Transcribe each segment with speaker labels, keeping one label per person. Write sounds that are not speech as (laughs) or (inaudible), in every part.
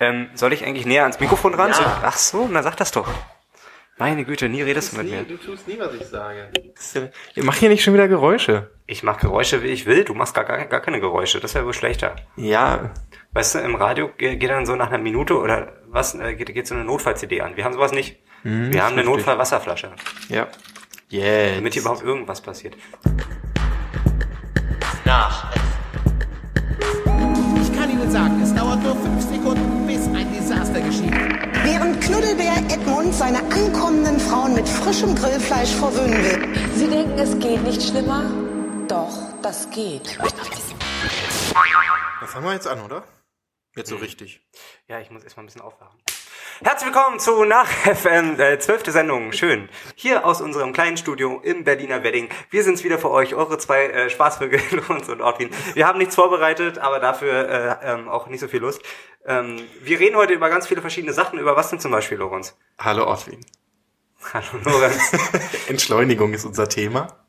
Speaker 1: Ähm, soll ich eigentlich näher ans Mikrofon ran?
Speaker 2: Ja.
Speaker 1: So, ach so, na sag das doch. Meine Güte, nie redest
Speaker 2: tust
Speaker 1: du mit
Speaker 2: nie,
Speaker 1: mir.
Speaker 2: du tust nie, was ich sage.
Speaker 3: Ihr macht hier nicht schon wieder Geräusche.
Speaker 1: Ich mache Geräusche, wie ich will. Du machst gar, gar, gar keine Geräusche. Das wäre wohl schlechter.
Speaker 3: Ja.
Speaker 1: Weißt du, im Radio ge- geht dann so nach einer Minute oder was, äh, geht, geht so eine Notfall-CD an. Wir haben sowas nicht. Wir haben eine Notfall-Wasserflasche,
Speaker 3: Ja. Yeah.
Speaker 1: damit hier überhaupt irgendwas passiert.
Speaker 2: Nach.
Speaker 4: Ich kann Ihnen sagen, es dauert nur fünf Sekunden, bis ein Desaster geschieht.
Speaker 5: Während Knuddelbär Edmund seine ankommenden Frauen mit frischem Grillfleisch verwöhnen will.
Speaker 6: Sie denken, es geht nicht schlimmer? Doch, das geht.
Speaker 3: Da fangen wir jetzt an, oder? Jetzt so richtig.
Speaker 1: Ja, ich muss erstmal ein bisschen aufwachen. Herzlich willkommen zu Nach FM, äh, zwölfte Sendung. Schön. Hier aus unserem kleinen Studio im Berliner Wedding. Wir sind's wieder für euch, eure zwei äh, Spaßvögel, (laughs) Lorenz und Ortwin. Wir haben nichts vorbereitet, aber dafür äh, ähm, auch nicht so viel Lust. Ähm, wir reden heute über ganz viele verschiedene Sachen. Über was denn zum Beispiel, Lorenz? (laughs)
Speaker 3: Hallo Ortwin.
Speaker 1: Hallo, Lorenz.
Speaker 3: Entschleunigung ist unser Thema.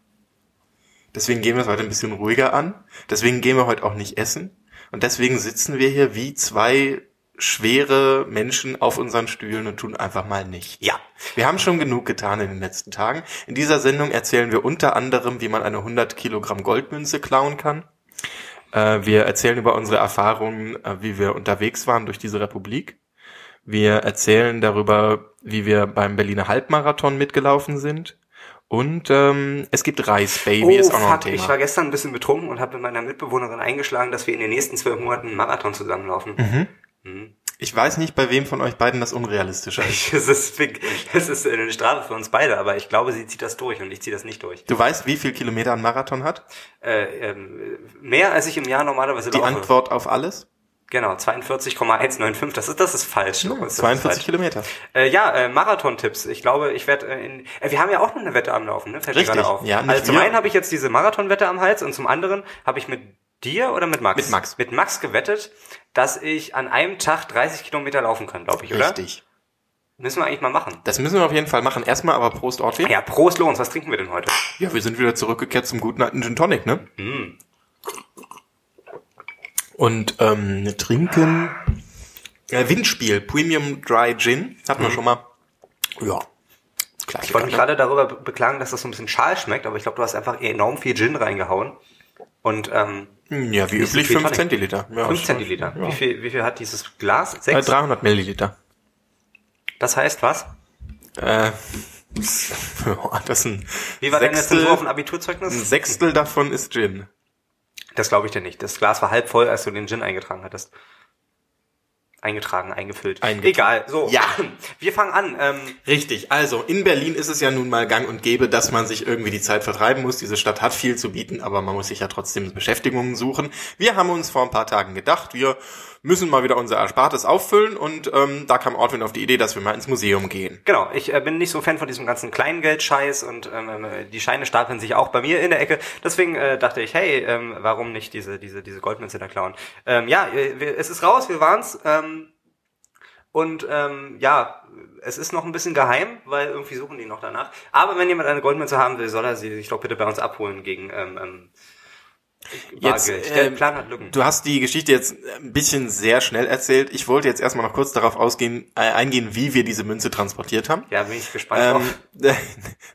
Speaker 3: Deswegen gehen wir es heute ein bisschen ruhiger an. Deswegen gehen wir heute auch nicht essen. Und deswegen sitzen wir hier wie zwei schwere Menschen auf unseren Stühlen und tun einfach mal nicht.
Speaker 1: ja.
Speaker 3: Wir haben schon genug getan in den letzten Tagen. In dieser Sendung erzählen wir unter anderem, wie man eine 100 Kilogramm Goldmünze klauen kann. Äh, wir erzählen über unsere Erfahrungen, äh, wie wir unterwegs waren durch diese Republik. Wir erzählen darüber, wie wir beim Berliner Halbmarathon mitgelaufen sind. Und ähm, es gibt Reis, Baby,
Speaker 1: Oh,
Speaker 3: ist auch noch ein
Speaker 1: fuck,
Speaker 3: Thema.
Speaker 1: ich war gestern ein bisschen betrunken und habe mit meiner Mitbewohnerin eingeschlagen, dass wir in den nächsten zwölf Monaten einen Marathon zusammenlaufen.
Speaker 3: ich weiß nicht, bei wem von euch beiden das unrealistischer
Speaker 1: (laughs)
Speaker 3: ist.
Speaker 1: Es ist, es ist eine Strafe für uns beide, aber ich glaube, sie zieht das durch und ich ziehe das nicht durch.
Speaker 3: Du weißt, wie viel Kilometer ein Marathon hat?
Speaker 1: Äh, ähm, mehr als ich im Jahr normalerweise
Speaker 3: Die
Speaker 1: laufe.
Speaker 3: Antwort auf alles?
Speaker 1: Genau, 42,195. Das ist, das ist falsch. Lorenz, das ist
Speaker 3: 42
Speaker 1: falsch.
Speaker 3: Kilometer.
Speaker 1: Äh, ja, äh, Marathon-Tipps. Ich glaube, ich werde äh, in. Äh, wir haben ja auch noch eine Wette am Laufen, ne? Fällt mir
Speaker 3: Richtig,
Speaker 1: gerade auf.
Speaker 3: ja, nicht
Speaker 1: also zum
Speaker 3: wir.
Speaker 1: einen habe ich jetzt diese Marathon-Wette am Hals und zum anderen habe ich mit dir oder mit Max?
Speaker 3: Mit Max.
Speaker 1: Mit Max gewettet, dass ich an einem Tag 30 Kilometer laufen kann, glaube ich, oder?
Speaker 3: Richtig.
Speaker 1: Müssen wir eigentlich mal machen.
Speaker 3: Das müssen wir auf jeden Fall machen. Erstmal aber Prost, Ortwin.
Speaker 1: Ja, Prost, Lorenz, was trinken wir denn heute?
Speaker 3: Ja, wir sind wieder zurückgekehrt zum guten alten Gin Tonic, ne?
Speaker 1: Mm.
Speaker 3: Und ähm, wir trinken äh, Windspiel, Premium Dry Gin. Hatten wir schon mal. Ja. Klassiker,
Speaker 1: Mm. Ich wollte mich
Speaker 3: ne?
Speaker 1: gerade darüber be- beklagen, dass das so ein bisschen schal schmeckt, aber ich glaube, du hast einfach enorm viel Gin reingehauen. Und ähm,
Speaker 3: Hm, Ja, wie
Speaker 1: nicht so
Speaker 3: üblich
Speaker 1: viel
Speaker 3: 5
Speaker 1: Tonic.
Speaker 3: Zentiliter. Ja,
Speaker 1: 5
Speaker 3: ist-
Speaker 1: Zentiliter.
Speaker 3: Ja.
Speaker 1: Wie, viel, wie viel hat dieses Glas?
Speaker 3: Äh,
Speaker 1: Sechs.
Speaker 3: 300 Milliliter. (laughs)
Speaker 1: das heißt was?
Speaker 3: Äh, ja, das ist ein
Speaker 1: Wie war deine
Speaker 3: Sechstel,
Speaker 1: Zensur auf dem
Speaker 3: ein
Speaker 1: Abiturzeugnis?
Speaker 3: Sechstel davon ist Gin.
Speaker 1: Das glaube ich dir nicht. Das Glas war halb voll, als du den Gin eingetragen hattest. Eingetragen, eingefüllt.
Speaker 3: Eingetragen.
Speaker 1: Egal. So.
Speaker 3: Ja.
Speaker 1: Wir fangen an. Ähm,
Speaker 3: Richtig, also in Berlin ist es ja nun mal gang und gäbe, dass man sich irgendwie die Zeit vertreiben muss. Diese Stadt hat viel zu bieten, aber man muss sich ja trotzdem Beschäftigungen suchen. Wir haben uns vor ein paar Tagen gedacht, wir müssen mal wieder unser Erspartes auffüllen und ähm, da kam Ortwin auf die Idee, dass wir mal ins Museum gehen.
Speaker 1: Genau, ich äh, bin nicht so Fan von diesem ganzen Kleingeld-Scheiß und ähm, äh, die Scheine stapeln sich auch bei mir in der Ecke. Deswegen äh, dachte ich, hey, ähm, warum nicht diese, diese, diese Goldmünze da klauen? Ähm, ja, äh, wir, es ist raus, wir waren's. Ähm, und ähm, ja, es ist noch ein bisschen geheim, weil irgendwie suchen die noch danach. Aber wenn jemand eine Goldmünze haben will, soll er sie sich doch bitte bei uns abholen gegen ähm, ähm,
Speaker 3: Jetzt,
Speaker 1: Bargeld.
Speaker 3: äh,
Speaker 1: der Plan hat Lücken.
Speaker 3: Du hast die Geschichte jetzt ein bisschen sehr schnell erzählt. Ich wollte jetzt erstmal noch kurz darauf ausgehen, äh, eingehen, wie wir diese Münze transportiert haben.
Speaker 1: Ja, bin ich gespannt
Speaker 3: Ähm, (laughs)
Speaker 1: drauf.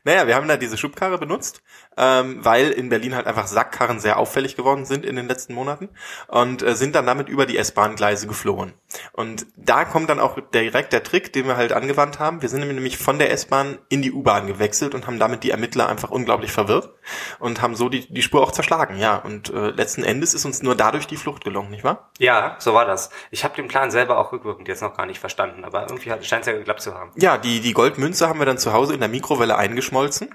Speaker 3: naja, wir haben da diese Schubkarre benutzt, ähm, weil in Berlin halt einfach Sackkarren sehr auffällig geworden sind in den letzten Monaten und äh, sind dann damit über die S-Bahn-Gleise geflohen. Und da kommt dann auch direkt der Trick, den wir halt angewandt haben. Wir sind nämlich von der S-Bahn in die U-Bahn gewechselt und haben damit die Ermittler einfach unglaublich verwirrt und haben so die, die Spur auch zerschlagen, ja. Und äh, letzten Endes ist uns nur dadurch die Flucht gelungen, nicht wahr?
Speaker 1: Ja, so war das. Ich habe den Plan selber auch rückwirkend jetzt noch gar nicht verstanden, aber irgendwie scheint es ja geklappt zu haben.
Speaker 3: Ja, die, die Goldmünze haben wir dann zu Hause in der Mikrowelle eingeschmolzen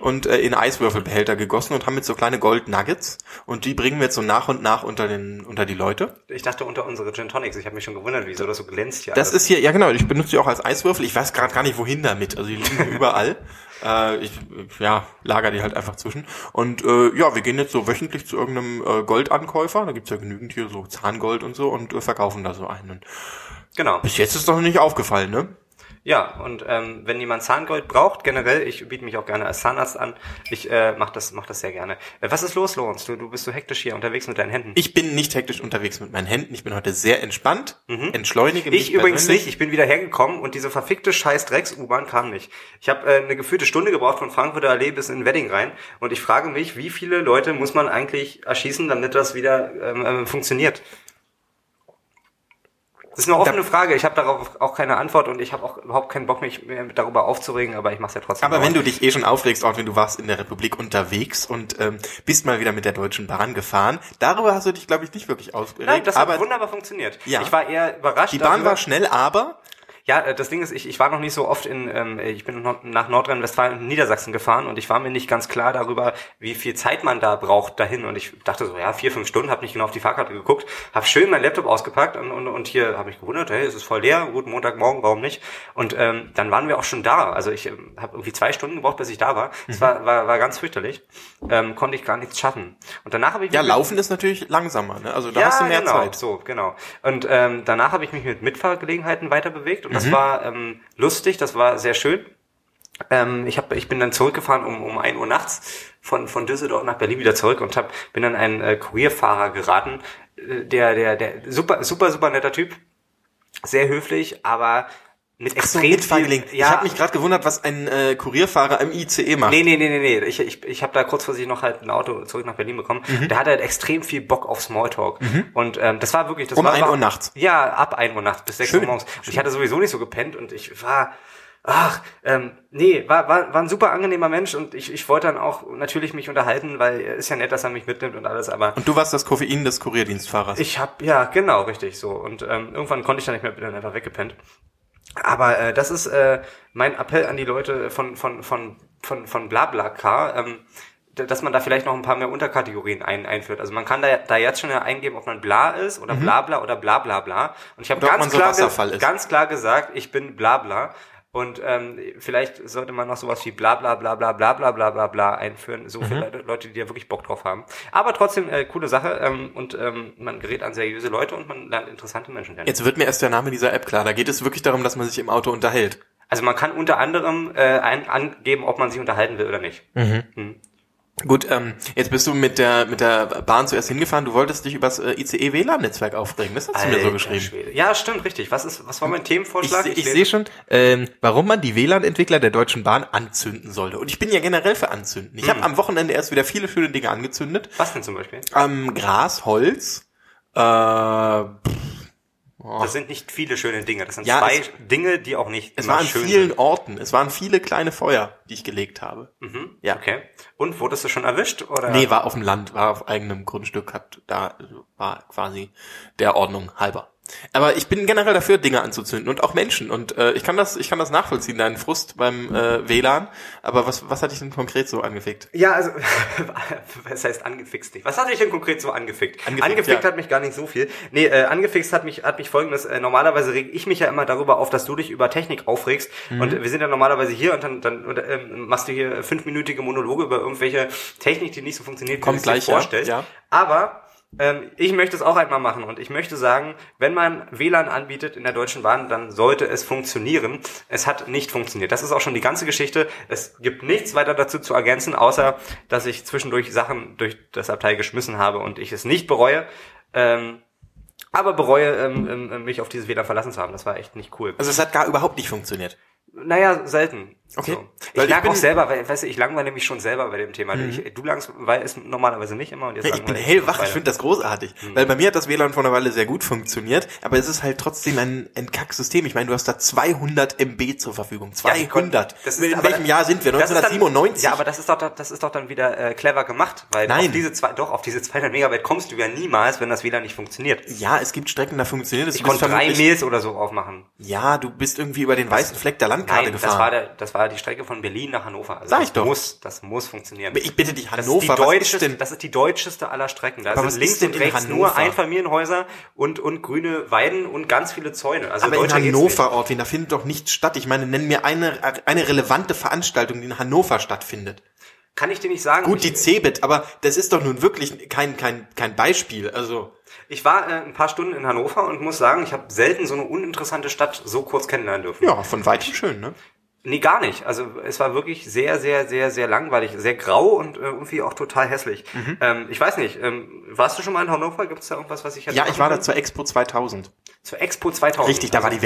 Speaker 3: und äh, in Eiswürfelbehälter gegossen und haben jetzt so kleine Goldnuggets und die bringen wir jetzt so nach und nach unter, den, unter die Leute.
Speaker 1: Ich dachte unter unsere Gin Tonics. Ich habe mich schon gewundert, wieso das so glänzt hier.
Speaker 3: Das
Speaker 1: alles.
Speaker 3: ist hier, ja genau, ich benutze die auch als Eiswürfel. Ich weiß gerade gar nicht, wohin damit. Also die liegen überall. Äh, ich ja, lager die halt einfach zwischen. Und äh, ja, wir gehen jetzt so wöchentlich zu irgendeinem äh, Goldankäufer. Da gibt's ja genügend hier so Zahngold und so und äh, verkaufen da so einen. Und
Speaker 1: genau.
Speaker 3: bis jetzt ist doch noch nicht aufgefallen, ne?
Speaker 1: Ja, und ähm, wenn jemand Zahngold braucht, generell, ich biete mich auch gerne als Zahnarzt an. Ich äh, mach das, mach das sehr gerne. Äh, was ist los, Lorenz? Du, du bist so hektisch hier unterwegs mit deinen Händen.
Speaker 3: Ich bin nicht hektisch unterwegs mit meinen Händen. Ich bin heute sehr entspannt, entschleunige mich.
Speaker 1: Mhm. Ich übrigens
Speaker 3: persönlich.
Speaker 1: nicht. Ich bin wieder hergekommen und diese verfickte scheiß Drecks-U-Bahn kam nicht. Ich habe äh, eine gefühlte Stunde gebraucht von Frankfurter Allee bis in Wedding rein. Und ich frage mich, wie viele Leute muss man eigentlich erschießen, damit das wieder ähm, ähm, funktioniert? Das ist eine offene Frage. Ich habe darauf auch keine Antwort und ich habe auch überhaupt keinen Bock, mich mehr darüber aufzuregen, aber ich mache es ja trotzdem.
Speaker 3: Aber wenn du dich eh schon aufregst, Ortwin, du warst in der Republik unterwegs und ähm, bist mal wieder mit der Deutschen Bahn gefahren, darüber hast du dich, glaube ich, nicht wirklich aufgeregt.
Speaker 1: Nein, das hat
Speaker 3: aber
Speaker 1: wunderbar funktioniert.
Speaker 3: Ja.
Speaker 1: Ich war eher überrascht.
Speaker 3: die Bahn
Speaker 1: darüber-
Speaker 3: war schnell, aber
Speaker 1: Ja, äh, das Ding ist, ich, ich war noch nicht so oft in, ähm, ich bin noch nach Nordrhein-Westfalen und Niedersachsen gefahren und ich war mir nicht ganz klar darüber, wie viel Zeit man da braucht dahin. Und ich dachte so, ja, vier, fünf Stunden, habe nicht genau auf die Fahrkarte geguckt, habe schön meinen Laptop ausgepackt und, und, und hier habe ich gewundert, hey, es ist voll leer, gut, Montagmorgen, warum nicht? Und ähm, dann waren wir auch schon da. Also ich ähm, habe irgendwie zwei Stunden gebraucht, bis ich da war. Es war, war, war ganz fürchterlich. Ähm, konnte ich gar nichts schaffen. Und danach habe ich
Speaker 3: ja,
Speaker 1: mir-
Speaker 3: laufen ist natürlich langsamer. Ne? Also da hast du mehr
Speaker 1: genau,
Speaker 3: Zeit.
Speaker 1: So, genau. Und ähm, danach habe ich mich mit Mitfahrgelegenheiten weiter bewegt und
Speaker 3: Mhm.
Speaker 1: das war ähm, lustig, das war sehr schön. Ähm, ich, hab, ich bin dann zurückgefahren um, um 1 Uhr nachts von, von Düsseldorf nach Berlin wieder zurück und hab, bin dann einen äh, Kurierfahrer geraten. Äh, Der, der, der super, super, super netter Typ. Sehr höflich, aber mit
Speaker 3: Ach so,
Speaker 1: extrem viel,
Speaker 3: Mitfahrgelenk. ich habe mich gerade gewundert, was ein äh, Kurierfahrer im ICE macht.
Speaker 1: Nee, nee, nee, nee, nee. Ich, ich, ich habe da kurz vor sich noch halt ein Auto zurück nach Berlin bekommen.
Speaker 3: Mhm.
Speaker 1: Der hatte halt extrem viel Bock auf Smalltalk. Und ähm, das war wirklich... Das
Speaker 3: Um
Speaker 1: war,
Speaker 3: 1 Uhr nachts.
Speaker 1: Ja, ab 1 Uhr nachts bis 6
Speaker 3: Schön.
Speaker 1: Uhr morgens. Und ich hatte sowieso nicht so gepennt und ich war... Ach, ähm, nee, war, war, war ein super angenehmer Mensch und ich, ich wollte dann auch natürlich mich unterhalten, weil äh, ist ja nett, dass er mich mitnimmt und alles, aber
Speaker 3: Und du warst das Koffein des Kurierdienstfahrers.
Speaker 1: ich hab, ja, genau, richtig, so. Und ähm, irgendwann konnte ich dann nicht mehr, bin dann einfach weggepennt. Aber äh, das ist äh, mein Appell an die Leute von, von, von, von, von BlaBlaCar, ähm, d- dass man da vielleicht noch ein paar mehr Unterkategorien ein, einführt. Also man kann da, da jetzt schon ja eingeben, ob man Bla ist oder Blabla oder Blablabla. Und ich habe
Speaker 3: Mhm. Oder ob man
Speaker 1: ganz,
Speaker 3: so
Speaker 1: klar ge-
Speaker 3: Wasserfall ist.
Speaker 1: ganz klar gesagt, ich bin Blabla. Und ähm, vielleicht sollte man noch sowas wie bla bla bla bla bla bla bla bla bla einführen. So
Speaker 3: Mhm.
Speaker 1: viele Leute- Leute, die da wirklich Bock drauf haben. Aber trotzdem, äh, coole Sache. Ähm, und ähm, man gerät an seriöse Leute und man lernt interessante Menschen kennen.
Speaker 3: Jetzt wird mir erst der Name dieser App klar. Da geht es wirklich darum, dass man sich im Auto unterhält.
Speaker 1: Also man kann unter anderem äh, ein, angeben, ob man sich unterhalten will oder nicht.
Speaker 3: Gut, ähm, jetzt bist du mit der mit der Bahn zuerst hingefahren. Du wolltest dich übers äh, ICE WLAN-Netzwerk aufregen. Das hast du mir so
Speaker 1: Alter
Speaker 3: geschrieben.
Speaker 1: Schwede. Ja, stimmt, richtig. Was ist, was war mein
Speaker 3: Ich,
Speaker 1: Themenvorschlag?
Speaker 3: seh- ich
Speaker 1: lese-
Speaker 3: sehe schon, ähm, warum man die WLAN-Entwickler der Deutschen Bahn anzünden sollte. Und ich bin ja generell für anzünden. Ich
Speaker 1: Hm.
Speaker 3: habe am Wochenende erst wieder viele schöne Dinge angezündet.
Speaker 1: Was denn zum Beispiel?
Speaker 3: Ähm, Gras, Holz. Äh, es
Speaker 1: Das sind nicht viele schöne Dinge. Das sind
Speaker 3: Ja,
Speaker 1: zwei
Speaker 3: es-
Speaker 1: Dinge, die auch nicht immer
Speaker 3: waren
Speaker 1: schön
Speaker 3: vielen
Speaker 1: sind.
Speaker 3: Orten. Es waren viele kleine Feuer, die ich gelegt habe. Ja.
Speaker 1: Mhm. Okay. Und wurdest du schon erwischt oder?
Speaker 3: Nee, war auf dem Land, war auf eigenem Grundstück, hat da also war quasi der Ordnung halber. Aber ich bin generell dafür, Dinge anzuzünden und auch Menschen. Und äh, ich kann das, ich kann das nachvollziehen, deinen Frust beim äh, WLAN. Aber was, was hat dich denn konkret so angefickt?
Speaker 1: Ja, also, (laughs) was heißt angefixt nicht? Was hat dich denn konkret so angefickt?
Speaker 3: Angefickt,
Speaker 1: Angefixt,
Speaker 3: ja.
Speaker 1: hat mich gar nicht so viel. Nee, äh, angefixt hat mich, hat mich folgendes, äh, normalerweise reg ich mich ja immer darüber auf, dass du dich über Technik aufregst.
Speaker 3: Mhm.
Speaker 1: Und äh, wir sind ja normalerweise hier und dann, dann und, ähm, machst du hier fünfminütige Monologe über irgendwelche Technik, die nicht so funktioniert, wie du
Speaker 3: Kommt
Speaker 1: es dir
Speaker 3: gleich, ja,
Speaker 1: vorstellst.
Speaker 3: ja.
Speaker 1: Aber ähm, ich möchte es auch einmal machen und ich möchte sagen, wenn man WLAN anbietet in der Deutschen Bahn, dann sollte es funktionieren. Es hat nicht funktioniert. Das ist auch schon die ganze Geschichte. Es gibt nichts weiter dazu zu ergänzen, außer dass ich zwischendurch Sachen durch das Abteil geschmissen habe und ich es nicht bereue. Ähm, aber bereue, ähm, ähm, mich auf dieses WLAN verlassen zu haben. Das war echt nicht cool.
Speaker 3: Also es hat gar überhaupt nicht funktioniert.
Speaker 1: Naja, selten.
Speaker 3: Okay.
Speaker 1: So. Ich
Speaker 3: Weil ich
Speaker 1: lag
Speaker 3: bin- Mhm.
Speaker 1: auch selber, weil, weißt du, ich langweile mich schon selber bei dem Thema. Ich, du langweilst normalerweise nicht immer und jetzt
Speaker 3: Ja, ich bin
Speaker 1: langweile
Speaker 3: hellwach,
Speaker 1: beide.
Speaker 3: ich finde das großartig.
Speaker 1: Mhm.
Speaker 3: Weil bei mir hat das WLAN vor einer Weile sehr gut funktioniert, aber es ist halt trotzdem ein, ein Kacksystem. Ich meine, du hast da 200 MB zur Verfügung.
Speaker 1: Ja, Gott,
Speaker 3: 200.
Speaker 1: das ist
Speaker 3: In
Speaker 1: aber-
Speaker 3: welchem Jahr sind wir?
Speaker 1: Das ist dann-
Speaker 3: 1997?
Speaker 1: ja, aber das ist doch, das ist doch dann wieder äh, clever gemacht, weil
Speaker 3: Nein.
Speaker 1: auf diese zwei, doch auf diese 200 Megabyte kommst du ja niemals, wenn das WLAN nicht funktioniert. Ich
Speaker 3: ja, es gibt Strecken, da funktioniert es. Du bist
Speaker 1: konnte drei
Speaker 3: vermutlich-
Speaker 1: Mails oder so aufmachen.
Speaker 3: Ja, du bist irgendwie über den weißen Fleck der Landkarte
Speaker 1: Nein,
Speaker 3: gefahren.
Speaker 1: das war der, das war die Strecke von Berlin nach Hannover. Also
Speaker 3: Sag
Speaker 1: das
Speaker 3: ich doch.
Speaker 1: Muss, das muss funktionieren.
Speaker 3: ich bitte dich,
Speaker 1: das ist, die
Speaker 3: Hannover, was ist
Speaker 1: deutscheste,
Speaker 3: denn?
Speaker 1: das ist die deutscheste aller Strecken. Da
Speaker 3: Aber was
Speaker 1: sind
Speaker 3: ist
Speaker 1: links
Speaker 3: denn
Speaker 1: und
Speaker 3: in
Speaker 1: rechts
Speaker 3: Hannover?
Speaker 1: nur Einfamilienhäuser und, und grüne Weiden und ganz viele Zäune. Also
Speaker 3: aber in
Speaker 1: deutscher geht's nicht.
Speaker 3: Hannover, Ortwin, da findet doch nichts statt. Ich meine, nenn mir eine, eine relevante Veranstaltung, die in Hannover stattfindet.
Speaker 1: Kann ich dir nicht sagen.
Speaker 3: Gut,
Speaker 1: ich,
Speaker 3: die Cebit, aber das ist doch nun wirklich kein, kein, kein Beispiel. Also,
Speaker 1: ich war äh, ein paar Stunden in Hannover und muss sagen, ich habe selten so eine uninteressante Stadt so kurz kennenlernen dürfen.
Speaker 3: ja, von weitem schön, ne?
Speaker 1: Nee, gar nicht. Also es war wirklich sehr, sehr, sehr, sehr langweilig, sehr grau und äh, irgendwie auch total hässlich.
Speaker 3: Mhm.
Speaker 1: Ähm, ich weiß nicht, ähm, warst du schon mal in Hannover? Gibt es da irgendwas, was ich hätte
Speaker 3: Ja,
Speaker 1: machen
Speaker 3: ich war da
Speaker 1: können?
Speaker 3: zur Expo 2000.
Speaker 1: zur Expo Also, 2000.
Speaker 3: Richtig, da war die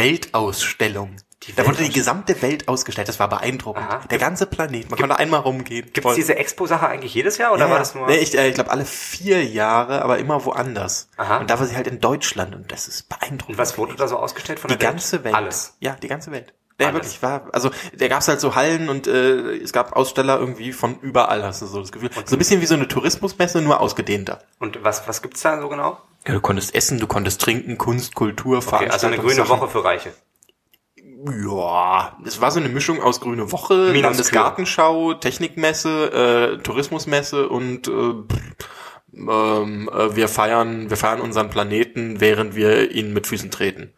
Speaker 3: Weltausstellung. da wurde die gesamte Welt ausgestellt. Das war beeindruckend.
Speaker 1: Aha.
Speaker 3: Der ganze Planet. Man konnte einmal rumgehen.
Speaker 1: Gibt es diese Expo-Sache eigentlich jedes Jahr oder
Speaker 3: ja,
Speaker 1: war
Speaker 3: ja.
Speaker 1: das nur...
Speaker 3: Nee, ich äh, ich glaube alle vier Jahre, aber immer woanders.
Speaker 1: Aha.
Speaker 3: Und da war sie halt in Deutschland und das ist beeindruckend.
Speaker 1: und was wurde da so ausgestellt von
Speaker 3: Die
Speaker 1: der
Speaker 3: ganze Welt.
Speaker 1: Alles.
Speaker 3: Ja, die ganze Welt. Ja,
Speaker 1: Alles.
Speaker 3: wirklich war. Also da gab's halt so Hallen und äh, es gab Aussteller irgendwie von überall, hast du so das Gefühl. so ein bisschen wie so eine Tourismusmesse, nur ausgedehnter.
Speaker 1: Und was, was gibt's da so genau?
Speaker 3: Ja, du konntest essen, du konntest trinken, Kunst, Kultur,
Speaker 1: Okay, also eine grüne Woche für Reiche.
Speaker 3: Ja, es war so eine Mischung aus Grüne Woche,
Speaker 1: Minus
Speaker 3: Landesgartenschau, Technikmesse, äh, Tourismusmesse und äh, pff, ähm, äh, wir feiern, wir feiern unseren Planeten, während wir ihn mit Füßen treten.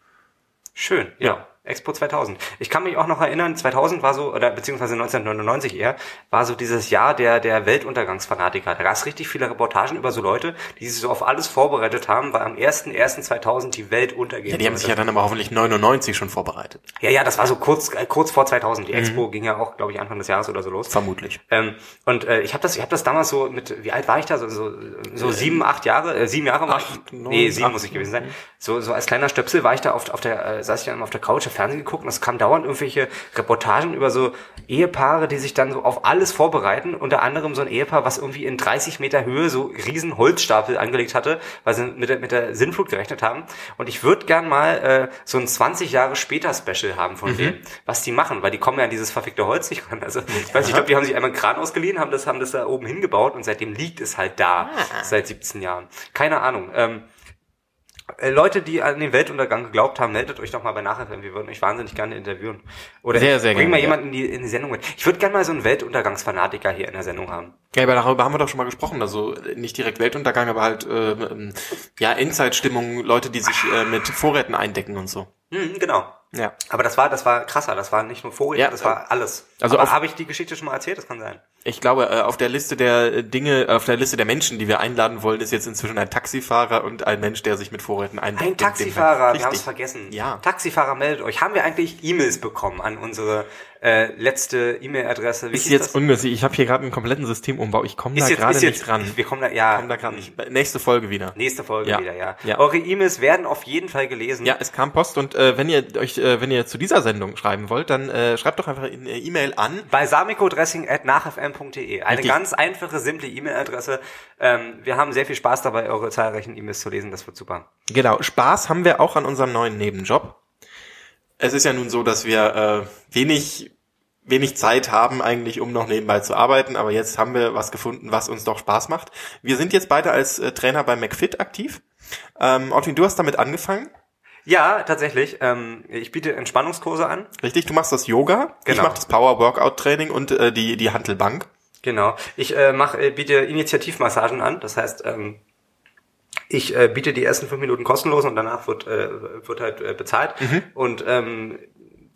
Speaker 1: Schön, ja. Expo 2000. Ich kann mich auch noch erinnern, 2000 war so, oder beziehungsweise 1999 eher, war so dieses Jahr der, der Weltuntergangsfanatiker. Da gab es richtig viele Reportagen über so Leute, die sich so auf alles vorbereitet haben, weil am 1.1.2000 die Welt untergehen
Speaker 3: Ja, die haben
Speaker 1: sollte.
Speaker 3: sich ja dann aber hoffentlich 99 schon vorbereitet,
Speaker 1: ja, ja, das war so kurz, äh, kurz vor 2000. Die Expo ging ja auch, glaube ich, Anfang des Jahres oder so los.
Speaker 3: vermutlich.
Speaker 1: Ähm, und äh, ich habe das, ich habe das damals so mit, wie alt war ich da? So, so, so sieben, acht Jahre, äh, sieben Jahre war
Speaker 3: Acht,
Speaker 1: ich.
Speaker 3: neun,
Speaker 1: nee, sieben
Speaker 3: acht,
Speaker 1: muss ich gewesen sein. So, so als kleiner Stöpsel war ich da auf, auf der, äh, saß ich dann auf der Couch, hab Fernsehen geguckt und es kamen dauernd irgendwelche Reportagen über so Ehepaare, die sich dann so auf alles vorbereiten. Unter anderem so ein Ehepaar, was irgendwie in 30 Meter Höhe so riesen Holzstapel angelegt hatte, weil sie mit der, mit der Sinnflut gerechnet haben. Und ich würde gern mal äh, so ein 20 Jahre später Special haben von denen, was die machen, weil die kommen ja an dieses verfickte Holz nicht ran. Also ich weiß nicht, ich glaube, die haben sich einmal einen Kran ausgeliehen, haben das, haben das da oben hingebaut und seitdem liegt es halt da, seit 17 Jahren. Keine Ahnung. Ähm, äh, Leute, die an den Weltuntergang geglaubt haben, meldet euch doch mal bei Nachrichten. Wir würden euch wahnsinnig gerne interviewen. Oder
Speaker 3: Sehr, sehr
Speaker 1: bring
Speaker 3: gerne,
Speaker 1: mal
Speaker 3: ja.
Speaker 1: jemanden in die, in die Sendung mit. Ich würde gerne mal so einen Weltuntergangsfanatiker hier in der Sendung haben.
Speaker 3: Ja, aber darüber haben wir doch schon mal gesprochen. Also äh, nicht direkt Weltuntergang, aber halt äh, ähm, ja Endzeitstimmung, Leute, die sich äh, mit Vorräten eindecken und so.
Speaker 1: Hm, genau.
Speaker 3: Ja.
Speaker 1: Aber das war, das war krasser. Das war nicht nur Vorräte,
Speaker 3: Ja,
Speaker 1: das war alles.
Speaker 3: also
Speaker 1: Aber
Speaker 3: auf-
Speaker 1: habe ich die Geschichte schon mal erzählt? Das kann sein.
Speaker 3: Ich glaube, äh, auf der Liste der äh, Dinge, auf der Liste der Menschen, die wir einladen wollen, ist jetzt inzwischen ein Taxifahrer und ein Mensch, der sich mit Vorräten eindeckt.
Speaker 1: Ein Taxifahrer, wir haben es
Speaker 3: Richtig.
Speaker 1: vergessen.
Speaker 3: Ja.
Speaker 1: Taxifahrer meldet euch. Haben wir eigentlich E-Mails bekommen an unsere äh, letzte E-Mail-Adresse? Wie
Speaker 3: Ist
Speaker 1: hieß
Speaker 3: jetzt
Speaker 1: das?
Speaker 3: ungünstig. Ich habe hier gerade einen kompletten Systemumbau. Ich komme da
Speaker 1: ist jetzt,
Speaker 3: gerade
Speaker 1: ist jetzt
Speaker 3: nicht ran.
Speaker 1: Wir Hm. kommen da, ja.
Speaker 3: Komm da gerade nicht. Nächste Folge wieder.
Speaker 1: Nächste Folge
Speaker 3: Ja.
Speaker 1: wieder, ja.
Speaker 3: Ja.
Speaker 1: Eure E-Mails werden auf jeden Fall gelesen.
Speaker 3: Ja, es kam Post und äh, wenn ihr euch, äh, wenn ihr zu dieser Sendung schreiben wollt, dann äh, schreibt doch einfach in äh, E-Mail an.
Speaker 1: bei samicodressing.nachfm.de. Eine
Speaker 3: Richtig.
Speaker 1: ganz einfache, simple E-Mail-Adresse. Ähm, wir haben sehr viel Spaß dabei, eure zahlreichen E-Mails zu lesen. Das wird super.
Speaker 3: Genau, Spaß haben wir auch an unserem neuen Nebenjob. Es ist ja nun so, dass wir äh, wenig wenig Zeit haben eigentlich, um noch nebenbei zu arbeiten, aber jetzt haben wir was gefunden, was uns doch Spaß macht. Wir sind jetzt beide als äh, Trainer bei McFit aktiv. Ähm, Ortwin, du hast damit angefangen,
Speaker 1: Ja, tatsächlich. Ähm, ich biete Entspannungskurse an.
Speaker 3: richtig? Du machst das Yoga, ich
Speaker 1: Genau.
Speaker 3: mache das Power Workout Training und äh, die die Hantelbank.
Speaker 1: Genau. Ich äh, mach, äh, biete Initiativmassagen an. Das heißt, ähm, ich äh, biete die ersten fünf Minuten kostenlos und danach wird, äh, wird halt äh, bezahlt.
Speaker 3: Mhm.
Speaker 1: Und ähm,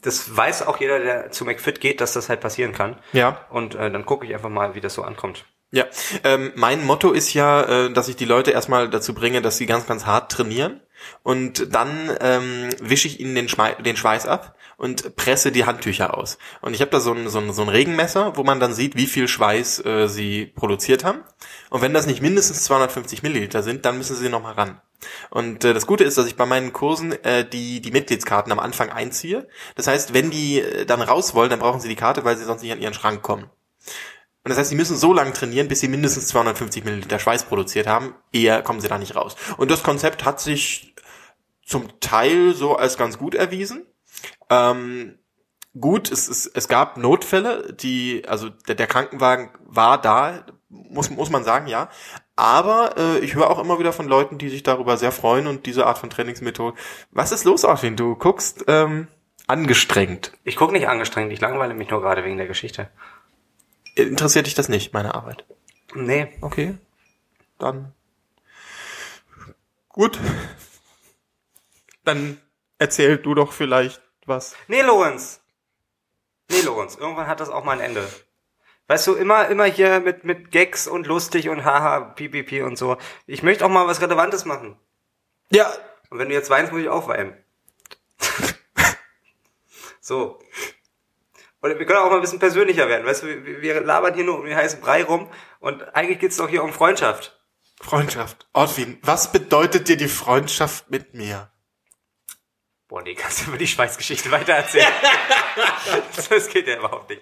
Speaker 1: das weiß auch jeder, der zu McFit geht, dass das halt passieren kann.
Speaker 3: Ja.
Speaker 1: Und äh, dann gucke ich einfach mal, wie das so ankommt.
Speaker 3: Ja, ähm, mein Motto ist ja, äh, dass ich die Leute erstmal dazu bringe, dass sie ganz, ganz hart trainieren und dann ähm, wische ich ihnen den, Schmei den Schweiß ab und presse die Handtücher aus. Und ich habe da so ein, so, ein, so ein Regenmesser, wo man dann sieht, wie viel Schweiß äh, sie produziert haben. Und wenn das nicht mindestens 250 Milliliter sind, dann müssen sie nochmal ran. Und äh, das Gute ist, dass ich bei meinen Kursen äh, die, die Mitgliedskarten am Anfang einziehe. Das heißt, wenn die äh, dann raus wollen, dann brauchen sie die Karte, weil sie sonst nicht an ihren Schrank kommen. Und das heißt, sie müssen so lange trainieren, bis sie mindestens 250 Milliliter Schweiß produziert haben. Eher kommen sie da nicht raus. Und das Konzept hat sich zum Teil so als ganz gut erwiesen. Ähm, gut, es, es, es gab Notfälle, die, also der, der Krankenwagen war da, muss, muss man sagen, ja. Aber äh, ich höre auch immer wieder von Leuten, die sich darüber sehr freuen und diese Art von Trainingsmethode. Was ist los, Arvin? Du guckst ähm, angestrengt.
Speaker 1: Ich gucke nicht angestrengt, ich langweile mich nur gerade wegen der Geschichte.
Speaker 3: Interessiert dich das nicht, meine Arbeit?
Speaker 1: Nee.
Speaker 3: Okay. Dann. Gut. Dann erzähl du doch vielleicht was.
Speaker 1: Nee, Lorenz. Nee, Lorenz. Irgendwann hat das auch mal ein Ende. Weißt du, immer, immer hier mit, mit Gags und lustig und haha, pipipi und so. Ich möchte auch mal was Relevantes machen.
Speaker 3: Ja.
Speaker 1: Und wenn du jetzt weinst, muss ich auch weinen. (laughs) so. Und wir können auch mal ein bisschen persönlicher werden. Weißt du, wir, wir labern hier nur um den heißen Brei rum und eigentlich geht's doch hier um Freundschaft.
Speaker 3: Freundschaft. Ortwin, was bedeutet dir die Freundschaft mit mir?
Speaker 1: Boah, nee, kannst du über die Schweißgeschichte weitererzählen? das geht ja überhaupt nicht.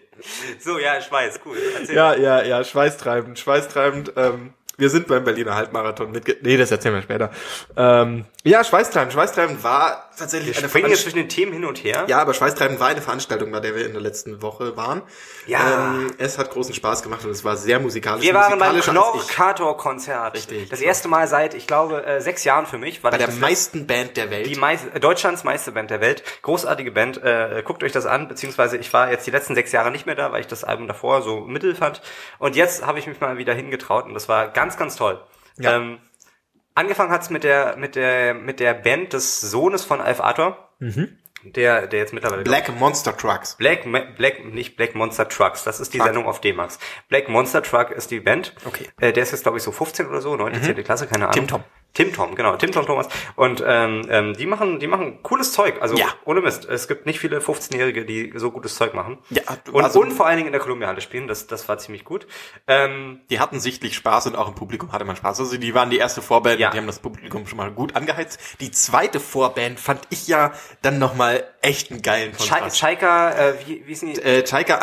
Speaker 1: So, ja, Schweiß, cool. Erzähl.
Speaker 3: Ja, ja, ja, schweißtreibend, schweißtreibend. Ähm, wir sind beim Berliner Halbmarathon mitge... Nee, das erzählen wir später. Ähm, ja, schweißtreibend, schweißtreibend war tatsächlich
Speaker 1: Wir
Speaker 3: eine
Speaker 1: springen jetzt
Speaker 3: Veranst-
Speaker 1: zwischen den Themen hin und her.
Speaker 3: Ja, aber Schweißtreiben war eine Veranstaltung, bei der wir in der letzten Woche waren.
Speaker 1: Ja.
Speaker 3: Ähm, es hat großen Spaß gemacht und es war sehr musikalisch.
Speaker 1: Wir waren beim
Speaker 3: musikalischer als ich.
Speaker 1: Knorr-Kator-Konzert.
Speaker 3: Richtig,
Speaker 1: Das
Speaker 3: genau.
Speaker 1: erste Mal seit, ich glaube, äh, sechs Jahren für mich. War
Speaker 3: Bei
Speaker 1: das
Speaker 3: der
Speaker 1: das
Speaker 3: meisten Band der Welt.
Speaker 1: die meist, äh, Deutschlands meiste Band der Welt. Großartige Band. Äh, guckt euch das an, beziehungsweise ich war jetzt die letzten sechs Jahre nicht mehr da, weil ich das Album davor so mittel fand. Und jetzt habe ich mich mal wieder hingetraut und das war ganz, ganz toll.
Speaker 3: Ja.
Speaker 1: Ähm, angefangen hat's mit der, mit der, mit der Band des Sohnes von Alf Arthur.
Speaker 3: Mhm.
Speaker 1: Der, der jetzt mittlerweile
Speaker 3: Black Monster Trucks.
Speaker 1: Black, Ma- Black, nicht Black Monster Trucks, das ist die
Speaker 3: Truck.
Speaker 1: Sendung auf D-Max. Black Monster Truck ist die Band.
Speaker 3: Okay. Mhm.
Speaker 1: Äh, der ist jetzt, glaube ich, so 15 oder so, 9. 10. Klasse, keine Ahnung.
Speaker 3: Tim Tom.
Speaker 1: Tim Tom, genau, Tim Tom Thomas. Und ähm, ähm, die machen, die machen cooles Zeug. Also
Speaker 3: Ja.
Speaker 1: ohne Mist. Es gibt nicht viele 15-Jährige, die so gutes Zeug machen.
Speaker 3: Ja,
Speaker 1: und,
Speaker 3: also-
Speaker 1: und vor allen Dingen in der Kolumbiahalle spielen, das, das war ziemlich gut. Ähm,
Speaker 3: Die hatten sichtlich Spaß und auch im Publikum hatte man Spaß. Also die waren die erste Vorband,
Speaker 1: Ja.
Speaker 3: und die haben das Publikum schon mal gut angeheizt. Die zweite Vorband fand ich ja dann nochmal echt einen geilen
Speaker 1: Chai-
Speaker 3: Kontrast.
Speaker 1: Chaika, äh, wie, wie ist denn die?
Speaker 3: äh, Chaika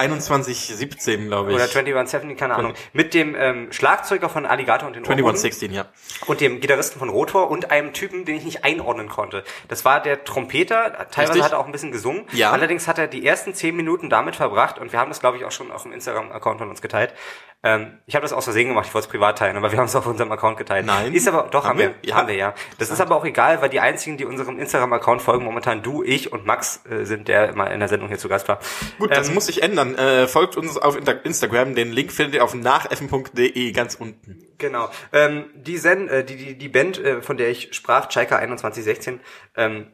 Speaker 3: 2117, glaube ich.
Speaker 1: Oder 2170, keine Ahnung. Mit dem ähm, Schlagzeuger von Alligator und den Ohrwurm.
Speaker 3: 2116, ja.
Speaker 1: und dem Gitarristen von Rotor und einem Typen, den ich nicht einordnen konnte. Das war der Trompeter, teilweise
Speaker 3: Richtig.
Speaker 1: hat er auch ein bisschen gesungen.
Speaker 3: Ja.
Speaker 1: Allerdings hat er die ersten zehn Minuten damit verbracht und wir haben das, glaube ich, auch schon auf dem Instagram-Account von uns geteilt. Ähm, ich habe das aus Versehen gemacht, ich wollte es privat teilen, aber wir haben es auf unserem Account geteilt.
Speaker 3: Nein.
Speaker 1: Ist aber, doch, haben,
Speaker 3: Haben
Speaker 1: wir,
Speaker 3: wir? Ja.
Speaker 1: haben wir, ja. Das ist aber auch egal, weil die einzigen, die unserem Instagram-Account folgen, momentan du, ich und Max äh, sind, der mal in der Sendung hier zu Gast war. Ähm,
Speaker 3: Gut, das muss sich ändern. Äh, folgt uns auf Inter Instagram. Den Link findet ihr auf nacheffen.de ganz unten.
Speaker 1: Genau. Ähm, die, Zen, äh, die, die, die Band, äh, von der ich sprach, Chaika 2116, ähm,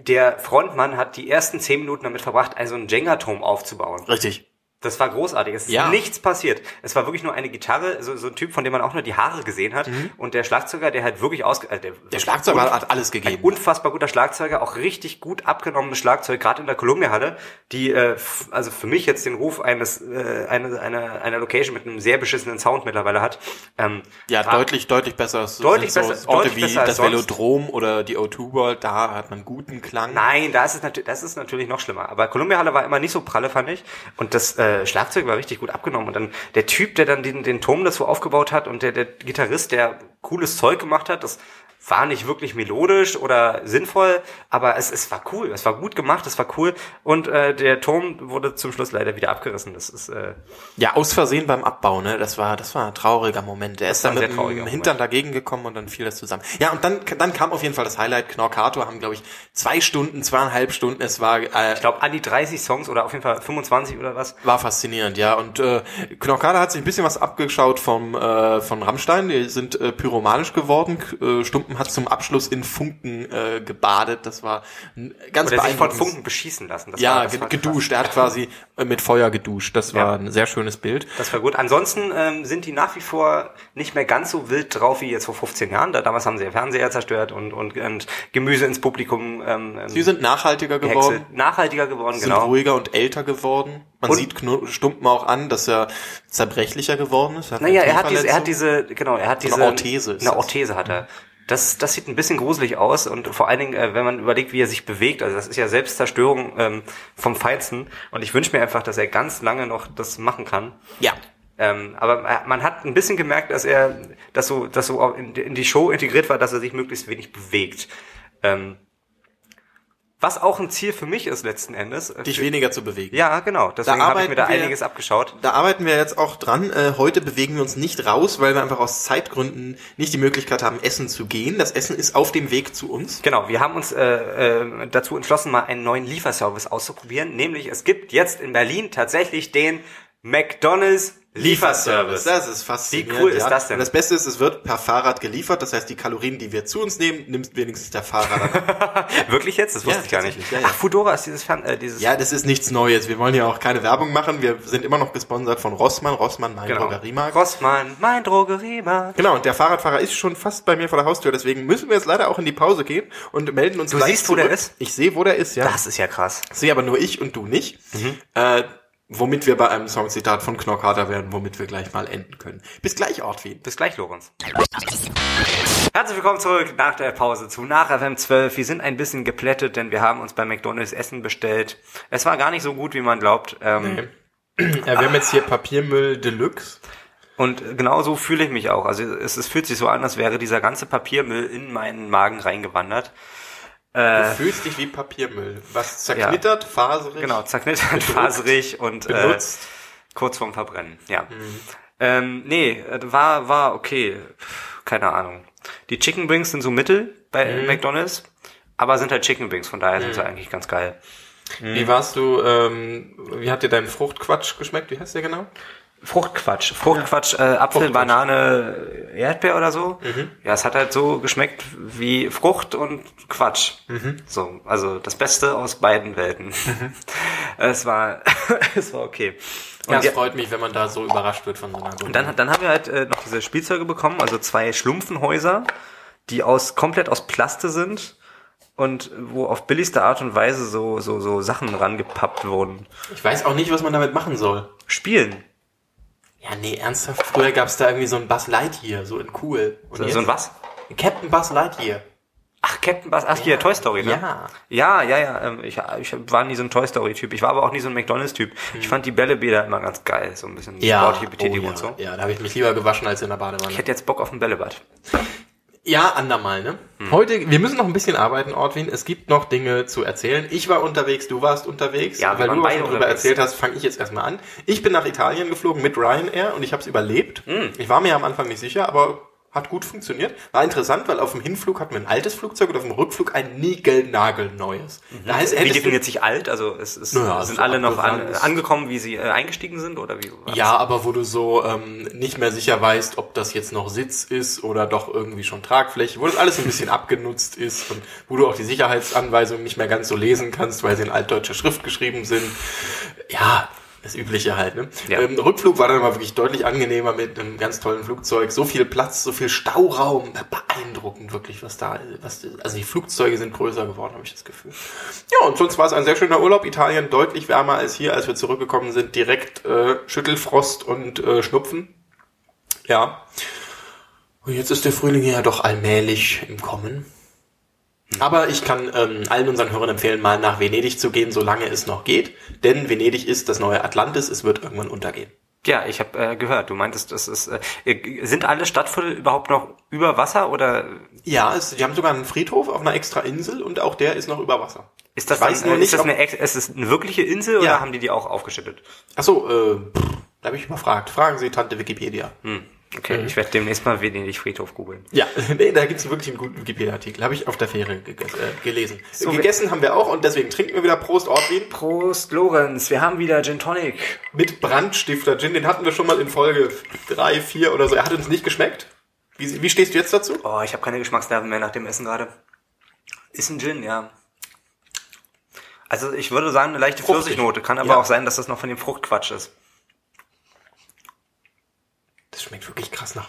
Speaker 1: der Frontmann hat die ersten zehn Minuten damit verbracht, also einen Jenga-Turm aufzubauen.
Speaker 3: Richtig.
Speaker 1: Das war großartig. Es ist
Speaker 3: Ja.
Speaker 1: nichts passiert. Es war wirklich nur eine Gitarre, so, so ein Typ, von dem man auch nur die Haare gesehen hat. Und der Schlagzeuger, der halt wirklich aus... Äh, der,
Speaker 3: Mhm. Der Schlagzeuger hat alles gegeben.
Speaker 1: unfassbar guter Schlagzeuger, auch richtig gut abgenommenes Schlagzeug, gerade in der Columbia-Halle, die äh, f- also für mich jetzt den Ruf eines äh, eine, einer, einer Location mit einem sehr beschissenen Sound mittlerweile hat. Ähm,
Speaker 3: ja,
Speaker 1: war-
Speaker 3: deutlich, deutlich besser. als-
Speaker 1: Deutlich
Speaker 3: sind
Speaker 1: besser-
Speaker 3: Orte
Speaker 1: deutlich
Speaker 3: wie
Speaker 1: besser als
Speaker 3: das
Speaker 1: sonst.
Speaker 3: Velodrom oder die O2 World, da hat man guten Klang.
Speaker 1: Nein, da ist es natürlich, das ist natürlich noch schlimmer. Aber Columbia Halle war immer nicht so pralle, fand ich. Und das äh, Schlagzeug war richtig gut abgenommen. Und dann der Typ, der dann den, den Turm dazu aufgebaut hat und der, der Gitarrist, der cooles Zeug gemacht hat, das war nicht wirklich melodisch oder sinnvoll, aber es, es war cool, es war gut gemacht, es war cool. Und äh, der Turm wurde zum Schluss leider wieder abgerissen. Das ist äh,
Speaker 3: Ja, aus Versehen beim Abbau, ne? Das war, das war ein trauriger Moment. Er ist
Speaker 1: war
Speaker 3: dann
Speaker 1: ein
Speaker 3: mit
Speaker 1: sehr trauriger
Speaker 3: dem
Speaker 1: Moment.
Speaker 3: Hintern dagegen gekommen und dann fiel das zusammen. Ja, und dann, dann kam auf jeden Fall das Highlight. Knorkator haben, glaube ich, zwei Stunden, zweieinhalb Stunden. Es war, äh,
Speaker 1: ich glaube, an die 30 Songs oder auf jeden Fall 25 oder was.
Speaker 3: War faszinierend, ja. Und äh, Knockade hat sich ein bisschen was abgeschaut vom äh, von Rammstein. Die sind äh, pyromanisch geworden. K- Äh, Stumpen hat zum Abschluss in Funken äh, gebadet. Das war ein ganz
Speaker 1: Oder sich von
Speaker 3: beeindruckendes-
Speaker 1: Funken beschießen lassen. Das
Speaker 3: Ja,
Speaker 1: war- das
Speaker 3: ge-
Speaker 1: war krass.
Speaker 3: geduscht. Er hat quasi äh, mit Feuer geduscht. Das war
Speaker 1: Ja.
Speaker 3: ein sehr schönes Bild.
Speaker 1: Das war gut. Ansonsten ähm, sind die nach wie vor nicht mehr ganz so wild drauf wie jetzt vor 15 Jahren. Da, damals haben sie ja Fernseher zerstört und, und, und Gemüse ins Publikum ähm, ähm,
Speaker 3: Die sind nachhaltiger geworden.
Speaker 1: gehäckselt. nachhaltiger geworden,
Speaker 3: sind
Speaker 1: genau.
Speaker 3: ruhiger und älter geworden. Man
Speaker 1: Und-
Speaker 3: sieht Kno- Stumpen auch an, dass er zerbrechlicher geworden ist.
Speaker 1: Naja, er hat diese, er hat diese, genau, er hat
Speaker 3: eine
Speaker 1: diese
Speaker 3: Orthese ist
Speaker 1: Eine
Speaker 3: das.
Speaker 1: Orthese hat er. Das, das sieht ein bisschen gruselig aus und vor allen Dingen, äh, wenn man überlegt, wie er sich bewegt, also das ist ja Selbstzerstörung ähm, vom Feinsten. Und ich wünsche mir einfach, dass er ganz lange noch das machen kann.
Speaker 3: Ja.
Speaker 1: Ähm, aber äh, man hat ein bisschen gemerkt, dass er, dass so, dass so auch in, in die Show integriert war, dass er sich möglichst wenig bewegt. Ähm, was auch ein Ziel für mich ist letzten Endes. Äh,
Speaker 3: Dich
Speaker 1: für-
Speaker 3: weniger zu bewegen.
Speaker 1: ja, genau. Deswegen habe ich mir da
Speaker 3: arbeiten wir-
Speaker 1: einiges abgeschaut.
Speaker 3: Da arbeiten wir jetzt auch dran. Äh, heute bewegen wir uns nicht raus, weil wir einfach aus Zeitgründen nicht die Möglichkeit haben, essen zu gehen. Das Essen ist auf dem Weg zu uns.
Speaker 1: Genau, wir haben uns äh, äh, dazu entschlossen, mal einen neuen Lieferservice auszuprobieren. Nämlich, es gibt jetzt in Berlin tatsächlich den McDonald's Lieferservice.
Speaker 3: Das ist faszinierend.
Speaker 1: Wie cool ist das denn?
Speaker 3: Und das Beste ist, es wird per Fahrrad geliefert. Das heißt, die Kalorien, die wir zu uns nehmen, nimmt wenigstens der Fahrer
Speaker 1: (laughs)
Speaker 3: dann. ab.
Speaker 1: Äh, Wirklich jetzt? Das wusste
Speaker 3: Ja,
Speaker 1: ich gar nicht.
Speaker 3: tatsächlich, ja, ja.
Speaker 1: Ach, Fudora ist dieses Fern, äh, dieses
Speaker 3: ja, das ist nichts Neues. Wir wollen hier auch keine Werbung machen. Wir sind immer noch gesponsert von Rossmann. Rossmann, mein
Speaker 1: genau.
Speaker 3: Drogeriemarkt.
Speaker 1: Rossmann, mein Drogeriemarkt.
Speaker 3: Genau, und der Fahrradfahrer ist schon fast bei mir vor der Haustür, deswegen müssen wir jetzt leider auch in die Pause gehen und melden uns
Speaker 1: Du
Speaker 3: gleich
Speaker 1: siehst, wo der
Speaker 3: zurück.
Speaker 1: ist?
Speaker 3: Ich sehe, wo der ist, ja.
Speaker 1: Das Mhm. ist ja krass.
Speaker 3: sehe aber nur ich und du nicht. Äh, womit wir bei einem Songzitat von Knockharter werden, womit wir gleich mal enden können. Bis gleich, Ortwin.
Speaker 1: Bis gleich, Lorenz. Herzlich willkommen zurück nach der Pause zu nach FM 12. Wir sind ein bisschen geplättet, denn wir haben uns bei McDonalds Essen bestellt. Es war gar nicht so gut, wie man glaubt. Ähm,
Speaker 3: Ja, wir haben jetzt hier Papiermüll Deluxe.
Speaker 1: Und genauso fühle ich mich auch. Also es, es fühlt sich so an, als wäre dieser ganze Papiermüll in meinen Magen reingewandert.
Speaker 3: Du
Speaker 1: Äh.
Speaker 3: fühlst dich wie Papiermüll. Was zerknittert, faserig.
Speaker 1: Genau, zerknittert, faserig und äh,
Speaker 3: Benutzt.
Speaker 1: kurz vorm Verbrennen. Ja. Ähm, nee, äh, war, war okay. Pff, Keine Ahnung. Die Chicken Wings sind so mittel bei McDonalds, aber sind halt Chicken Wings, von daher sind sie eigentlich ganz geil. Äh, mhm.
Speaker 3: Wie warst du, ähm, wie hat dir dein Fruchtquatsch geschmeckt? Wie heißt der genau?
Speaker 1: Fruchtquatsch. Fruchtquatsch, äh, Apfel,
Speaker 3: Fruchtquatsch. Mhm.
Speaker 1: Banane, Erdbeer oder so. Ja, es hat halt so geschmeckt wie Frucht und Quatsch.
Speaker 3: Mhm.
Speaker 1: So, also das Beste aus beiden Welten. (laughs) es war, (laughs) es war okay. Und ja,
Speaker 3: freut mich, wenn man da so überrascht wird von so einer
Speaker 1: und dann, dann haben wir halt äh, noch diese Spielzeuge bekommen, also zwei Schlumpfenhäuser, die aus komplett aus Plaste sind und wo auf billigste Art und Weise so so so Sachen rangepappt wurden.
Speaker 3: Ich weiß auch nicht, was man damit machen soll.
Speaker 1: Spielen.
Speaker 3: Ja, nee, ernsthaft. Früher gab's da irgendwie so ein Buzz Lightyear, so in cool. Und
Speaker 1: So, so ein
Speaker 3: jetzt-
Speaker 1: was?
Speaker 3: Captain Buzz Lightyear.
Speaker 1: Ach, Captain Buzz, ach, hier, Toy Story, ne?
Speaker 3: Ja.
Speaker 1: Ja, ja, ja. ähm, Ich, ich war nie so ein Toy Story-Typ. Ich war aber auch nie so ein McDonalds-Typ. Ich fand die Bällebäder immer ganz geil. So ein bisschen sportliche Betätigung
Speaker 3: oh, Mhm. ja.
Speaker 1: und so.
Speaker 3: Ja, da habe ich mich lieber gewaschen als in der Badewanne.
Speaker 1: Ich hätte jetzt Bock auf ein Bällebad.
Speaker 3: Ja, andermal, ne?
Speaker 1: Hm.
Speaker 3: Heute, wir müssen noch ein bisschen arbeiten, Ortwin. Es gibt noch Dinge zu erzählen. Ich war unterwegs, du warst unterwegs.
Speaker 1: Ja, wir
Speaker 3: weil
Speaker 1: waren
Speaker 3: du was
Speaker 1: beide
Speaker 3: darüber
Speaker 1: unterwegs.
Speaker 3: erzählt hast, fange ich jetzt erstmal an. Ich bin nach Italien geflogen mit Ryanair und ich habe es überlebt.
Speaker 1: Hm.
Speaker 3: Ich war mir am Anfang nicht sicher, aber hat gut funktioniert. War interessant, weil auf dem Hinflug hatten wir ein altes Flugzeug und auf dem Rückflug ein niegelnagelneues. Da heißt,
Speaker 1: Mhm. Wie
Speaker 3: hättest du-
Speaker 1: definiert sich alt? Also es, es
Speaker 3: Naja,
Speaker 1: sind
Speaker 3: so
Speaker 1: alle noch an,
Speaker 3: abgerannt.
Speaker 1: angekommen, wie sie äh, eingestiegen sind oder wie?
Speaker 3: Ja, aber wo du so ähm, nicht mehr sicher weißt, ob das jetzt noch Sitz ist oder doch irgendwie schon Tragfläche, wo das alles ein bisschen (laughs) abgenutzt ist und wo du auch die Sicherheitsanweisungen nicht mehr ganz so lesen kannst, weil sie in altdeutscher Schrift geschrieben sind. Ja, das Übliche halt. Ne?
Speaker 1: Ja.
Speaker 3: Ähm, Rückflug war dann mal wirklich deutlich angenehmer mit einem ganz tollen Flugzeug. So viel Platz, so viel Stauraum. äh, Beeindruckend wirklich, was da, was, also die Flugzeuge sind größer geworden, habe ich das Gefühl. Ja, und sonst war es ein sehr schöner Urlaub. Italien deutlich wärmer als hier, als wir zurückgekommen sind. Direkt äh, Schüttelfrost und äh, Schnupfen. Ja. Und jetzt ist der Frühling ja doch allmählich im Kommen. Aber ich kann ähm, allen unseren Hörern empfehlen, mal nach Venedig zu gehen, solange es noch geht. Denn Venedig ist das neue Atlantis, es wird irgendwann untergehen.
Speaker 1: Ja, ich habe äh, gehört. Du meintest, es ist. Äh, sind alle Stadtviertel überhaupt noch über Wasser oder
Speaker 3: Ja, es, die haben sogar einen Friedhof auf einer extra Insel und auch der ist noch über Wasser.
Speaker 1: ist das,
Speaker 3: Ich weiß
Speaker 1: dann,
Speaker 3: nur
Speaker 1: äh,
Speaker 3: nicht,
Speaker 1: ist das
Speaker 3: ob-
Speaker 1: eine, ex- ist es eine wirkliche Insel oder
Speaker 3: Ja.
Speaker 1: haben die die auch aufgeschüttet?
Speaker 3: Achso, äh, pff, da habe ich überfragt. Fragen Sie Tante Wikipedia.
Speaker 1: Hm, Okay,
Speaker 3: Mhm.
Speaker 1: ich werde demnächst mal Venedig Friedhof googeln.
Speaker 3: Ja, (laughs) nee, da gibt's wirklich einen guten Wikipedia-Artikel. Habe ich auf der Fähre geges- äh, gelesen.
Speaker 1: wir-
Speaker 3: gegessen haben wir auch und deswegen trinken wir wieder Prost Ortwin
Speaker 1: Prost, Lorenz. Wir haben wieder Gin Tonic.
Speaker 3: mit Brandstifter Gin. Den hatten wir schon mal in Folge drei, vier oder so. Er hat uns nicht geschmeckt. Wie, wie stehst du jetzt dazu?
Speaker 1: Oh, ich habe keine Geschmacksnerven mehr nach dem Essen gerade. Ist ein Gin, ja. Also ich würde sagen, eine leichte
Speaker 3: Fruchtig.
Speaker 1: Pfirsichnote. Kann aber
Speaker 3: Ja.
Speaker 1: auch sein, dass das noch von dem Fruchtquatsch ist.
Speaker 3: Das schmeckt wirklich krass nach.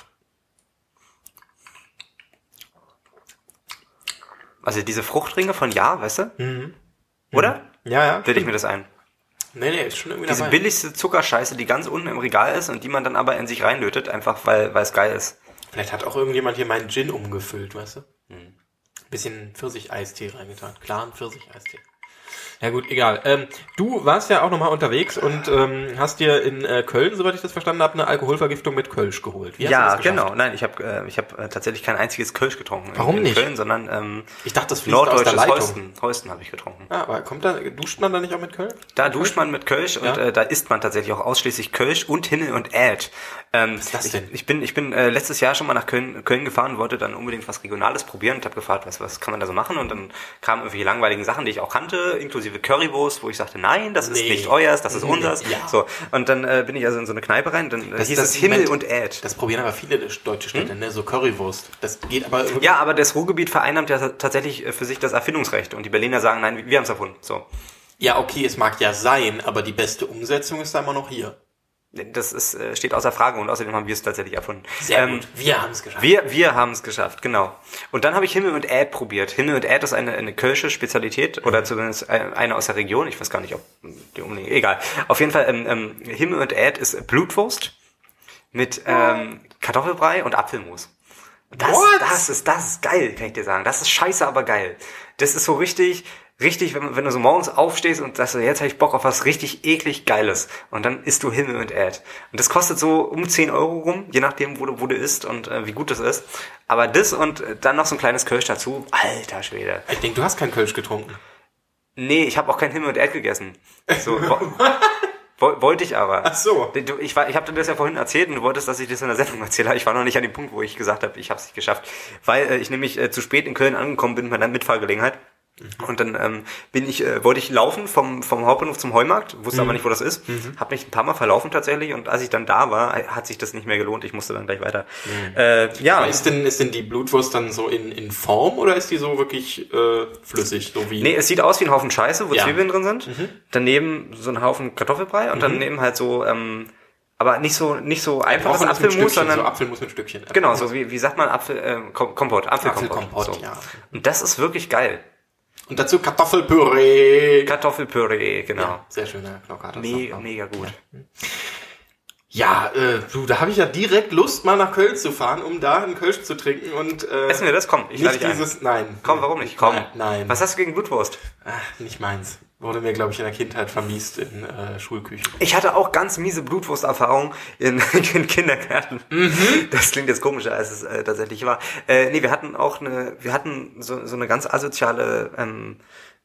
Speaker 1: Also diese Fruchtringe von Ja, weißt du? Mhm. Oder?
Speaker 3: Ja, Mhm. ja.
Speaker 1: Bilde ich mir das ein.
Speaker 3: Nee, nee, ist schon irgendwie
Speaker 1: Diese
Speaker 3: dabei.
Speaker 1: billigste Zuckerscheiße, die ganz unten im Regal ist und die man dann aber in sich reinlötet, einfach weil weil es geil ist.
Speaker 3: Vielleicht hat auch irgendjemand hier meinen Gin umgefüllt, weißt du? Hm. Bisschen Pfirsicheistee reingetan. Klaren Pfirsicheistee. Ja gut, egal. Ähm, du warst ja auch nochmal unterwegs und ähm, hast dir in äh, Köln, soweit ich das verstanden habe, eine Alkoholvergiftung mit Kölsch geholt. Wie hast du
Speaker 1: Ja,
Speaker 3: das geschafft?
Speaker 1: genau. Nein, ich habe äh, ich hab, äh, tatsächlich kein einziges Kölsch getrunken. in-
Speaker 3: Warum
Speaker 1: in
Speaker 3: nicht?
Speaker 1: Köln, sondern ähm,
Speaker 3: Ich dachte, das fließt aus
Speaker 1: norddeutsches
Speaker 3: der Leitung.
Speaker 1: Holsten. Holsten habe ich getrunken.
Speaker 3: Ah, aber kommt da, duscht man da nicht auch mit Köln?
Speaker 1: Da duscht man mit Kölsch und
Speaker 3: Ja.
Speaker 1: äh, da isst man tatsächlich auch ausschließlich Kölsch und Himmel und Äd. Ähm, was ist
Speaker 3: das denn?
Speaker 1: Ich, ich bin, ich bin äh, letztes Jahr schon mal nach Köln, Köln gefahren, wollte dann unbedingt was Regionales probieren und habe gefragt, was, was kann man da so machen? Und dann kamen irgendwelche langweiligen Sachen, die ich auch kannte, inklusive inklusive Currywurst, wo ich sagte, nein, das ist
Speaker 3: Nee.
Speaker 1: nicht euers, das ist unseres.
Speaker 3: Ja.
Speaker 1: So. Und dann äh, bin ich also in so eine Kneipe rein, dann äh, hieß es Himmel
Speaker 3: Moment,
Speaker 1: und Äd.
Speaker 3: Das probieren aber viele deutsche Städte, ne? So Currywurst. Das geht aber irgendwie-
Speaker 1: Ja, aber das Ruhrgebiet vereinnahmt ja tatsächlich äh, für sich das Erfindungsrecht und die Berliner sagen, nein, wir haben es erfunden. So.
Speaker 3: ja, okay, es mag ja sein, aber die beste Umsetzung ist da immer noch hier.
Speaker 1: Das ist, äh, steht außer Frage und außerdem haben wir es tatsächlich erfunden.
Speaker 3: Sehr
Speaker 1: Ähm,
Speaker 3: gut. Wir haben es geschafft.
Speaker 1: Wir, wir haben es geschafft, genau. Und dann habe ich Himmel und Äd probiert. Himmel und Äd ist eine, eine kölsche Spezialität oder zumindest ein- eine aus der Region. Ich weiß gar nicht, ob die umliegen. Egal. Auf jeden Fall, ähm, ähm, Himmel und Äd ist Blutwurst mit ähm, Kartoffelbrei und Apfelmus. Das,
Speaker 3: What?
Speaker 1: das ist das ist geil, kann ich dir sagen. Das ist scheiße, aber geil. Das ist so richtig, richtig, wenn, wenn du so morgens aufstehst und sagst, so, jetzt habe ich Bock auf was richtig eklig Geiles. Und dann isst du Himmel und Erd. Und das kostet so um 10 Euro rum, je nachdem, wo du, wo du isst und äh, wie gut das ist. Aber das und äh, dann noch so ein kleines Kölsch dazu. Alter Schwede.
Speaker 3: Ich denke, du hast keinen Kölsch getrunken.
Speaker 1: Nee, ich habe auch kein Himmel und Erd gegessen. So,
Speaker 3: (laughs)
Speaker 1: wo, wo, wollte ich aber. Ach
Speaker 3: so.
Speaker 1: Du, ich war- ich habe dir das ja vorhin erzählt und du wolltest, dass ich das in der Sendung erzähle. aber Ich war noch nicht an dem Punkt, wo ich gesagt habe, ich habe es nicht geschafft. Weil äh, ich nämlich äh, zu spät in Köln angekommen bin bei einer Mitfahrgelegenheit.
Speaker 3: Mhm.
Speaker 1: Und dann ähm, bin ich, äh, wollte ich laufen vom, vom Hauptbahnhof zum Heumarkt, wusste
Speaker 3: Mhm.
Speaker 1: aber nicht, wo das ist, habe mich ein paar Mal verlaufen tatsächlich und als ich dann da war, äh, hat sich das nicht mehr gelohnt, ich musste dann gleich weiter. Äh, ja,
Speaker 3: Mhm. Aber ist denn, ist denn die Blutwurst dann so in, in Form oder ist die so wirklich äh, flüssig? So wie
Speaker 1: Nee, es sieht aus wie ein Haufen Scheiße, wo
Speaker 3: Ja. Mhm.
Speaker 1: Zwiebeln drin sind. Daneben so ein Haufen Kartoffelbrei und daneben halt so, ähm, aber nicht so, nicht so einfaches
Speaker 3: Brauchen das mit
Speaker 1: Apfelmus,
Speaker 3: Stückchen,
Speaker 1: sondern
Speaker 3: so Apfelmus mit Stückchen.
Speaker 1: genau, so wie, wie sagt man Apfel, ähm, Kom Kompott, Apfelkompott.
Speaker 3: Apfelkompott,
Speaker 1: so.
Speaker 3: ja.
Speaker 1: Und das ist wirklich geil.
Speaker 3: Und dazu Kartoffelpüree.
Speaker 1: Kartoffelpüree, genau.
Speaker 3: Sehr schöner Knocker. hat das
Speaker 1: Mega,
Speaker 3: noch.
Speaker 1: mega gut.
Speaker 3: Ja, äh, du, da habe ich ja direkt Lust, mal nach Köln zu fahren, um da einen Kölsch zu trinken und äh,
Speaker 1: Essen wir das? Komm, ich lade
Speaker 3: nicht
Speaker 1: dich ein.
Speaker 3: dieses, nein.
Speaker 1: Komm, warum nicht? Komm.
Speaker 3: Nein.
Speaker 1: Was hast du gegen Blutwurst?
Speaker 3: Ach, nicht meins. Wurde mir, glaube ich, in der Kindheit vermiest in äh, Schulküchen.
Speaker 1: Ich hatte auch ganz miese Blutwursterfahrung in, (laughs) in Kindergärten. Das klingt jetzt komischer, als es äh, tatsächlich war. Äh, nee, wir hatten auch eine, wir hatten so, so eine ganz asoziale ähm,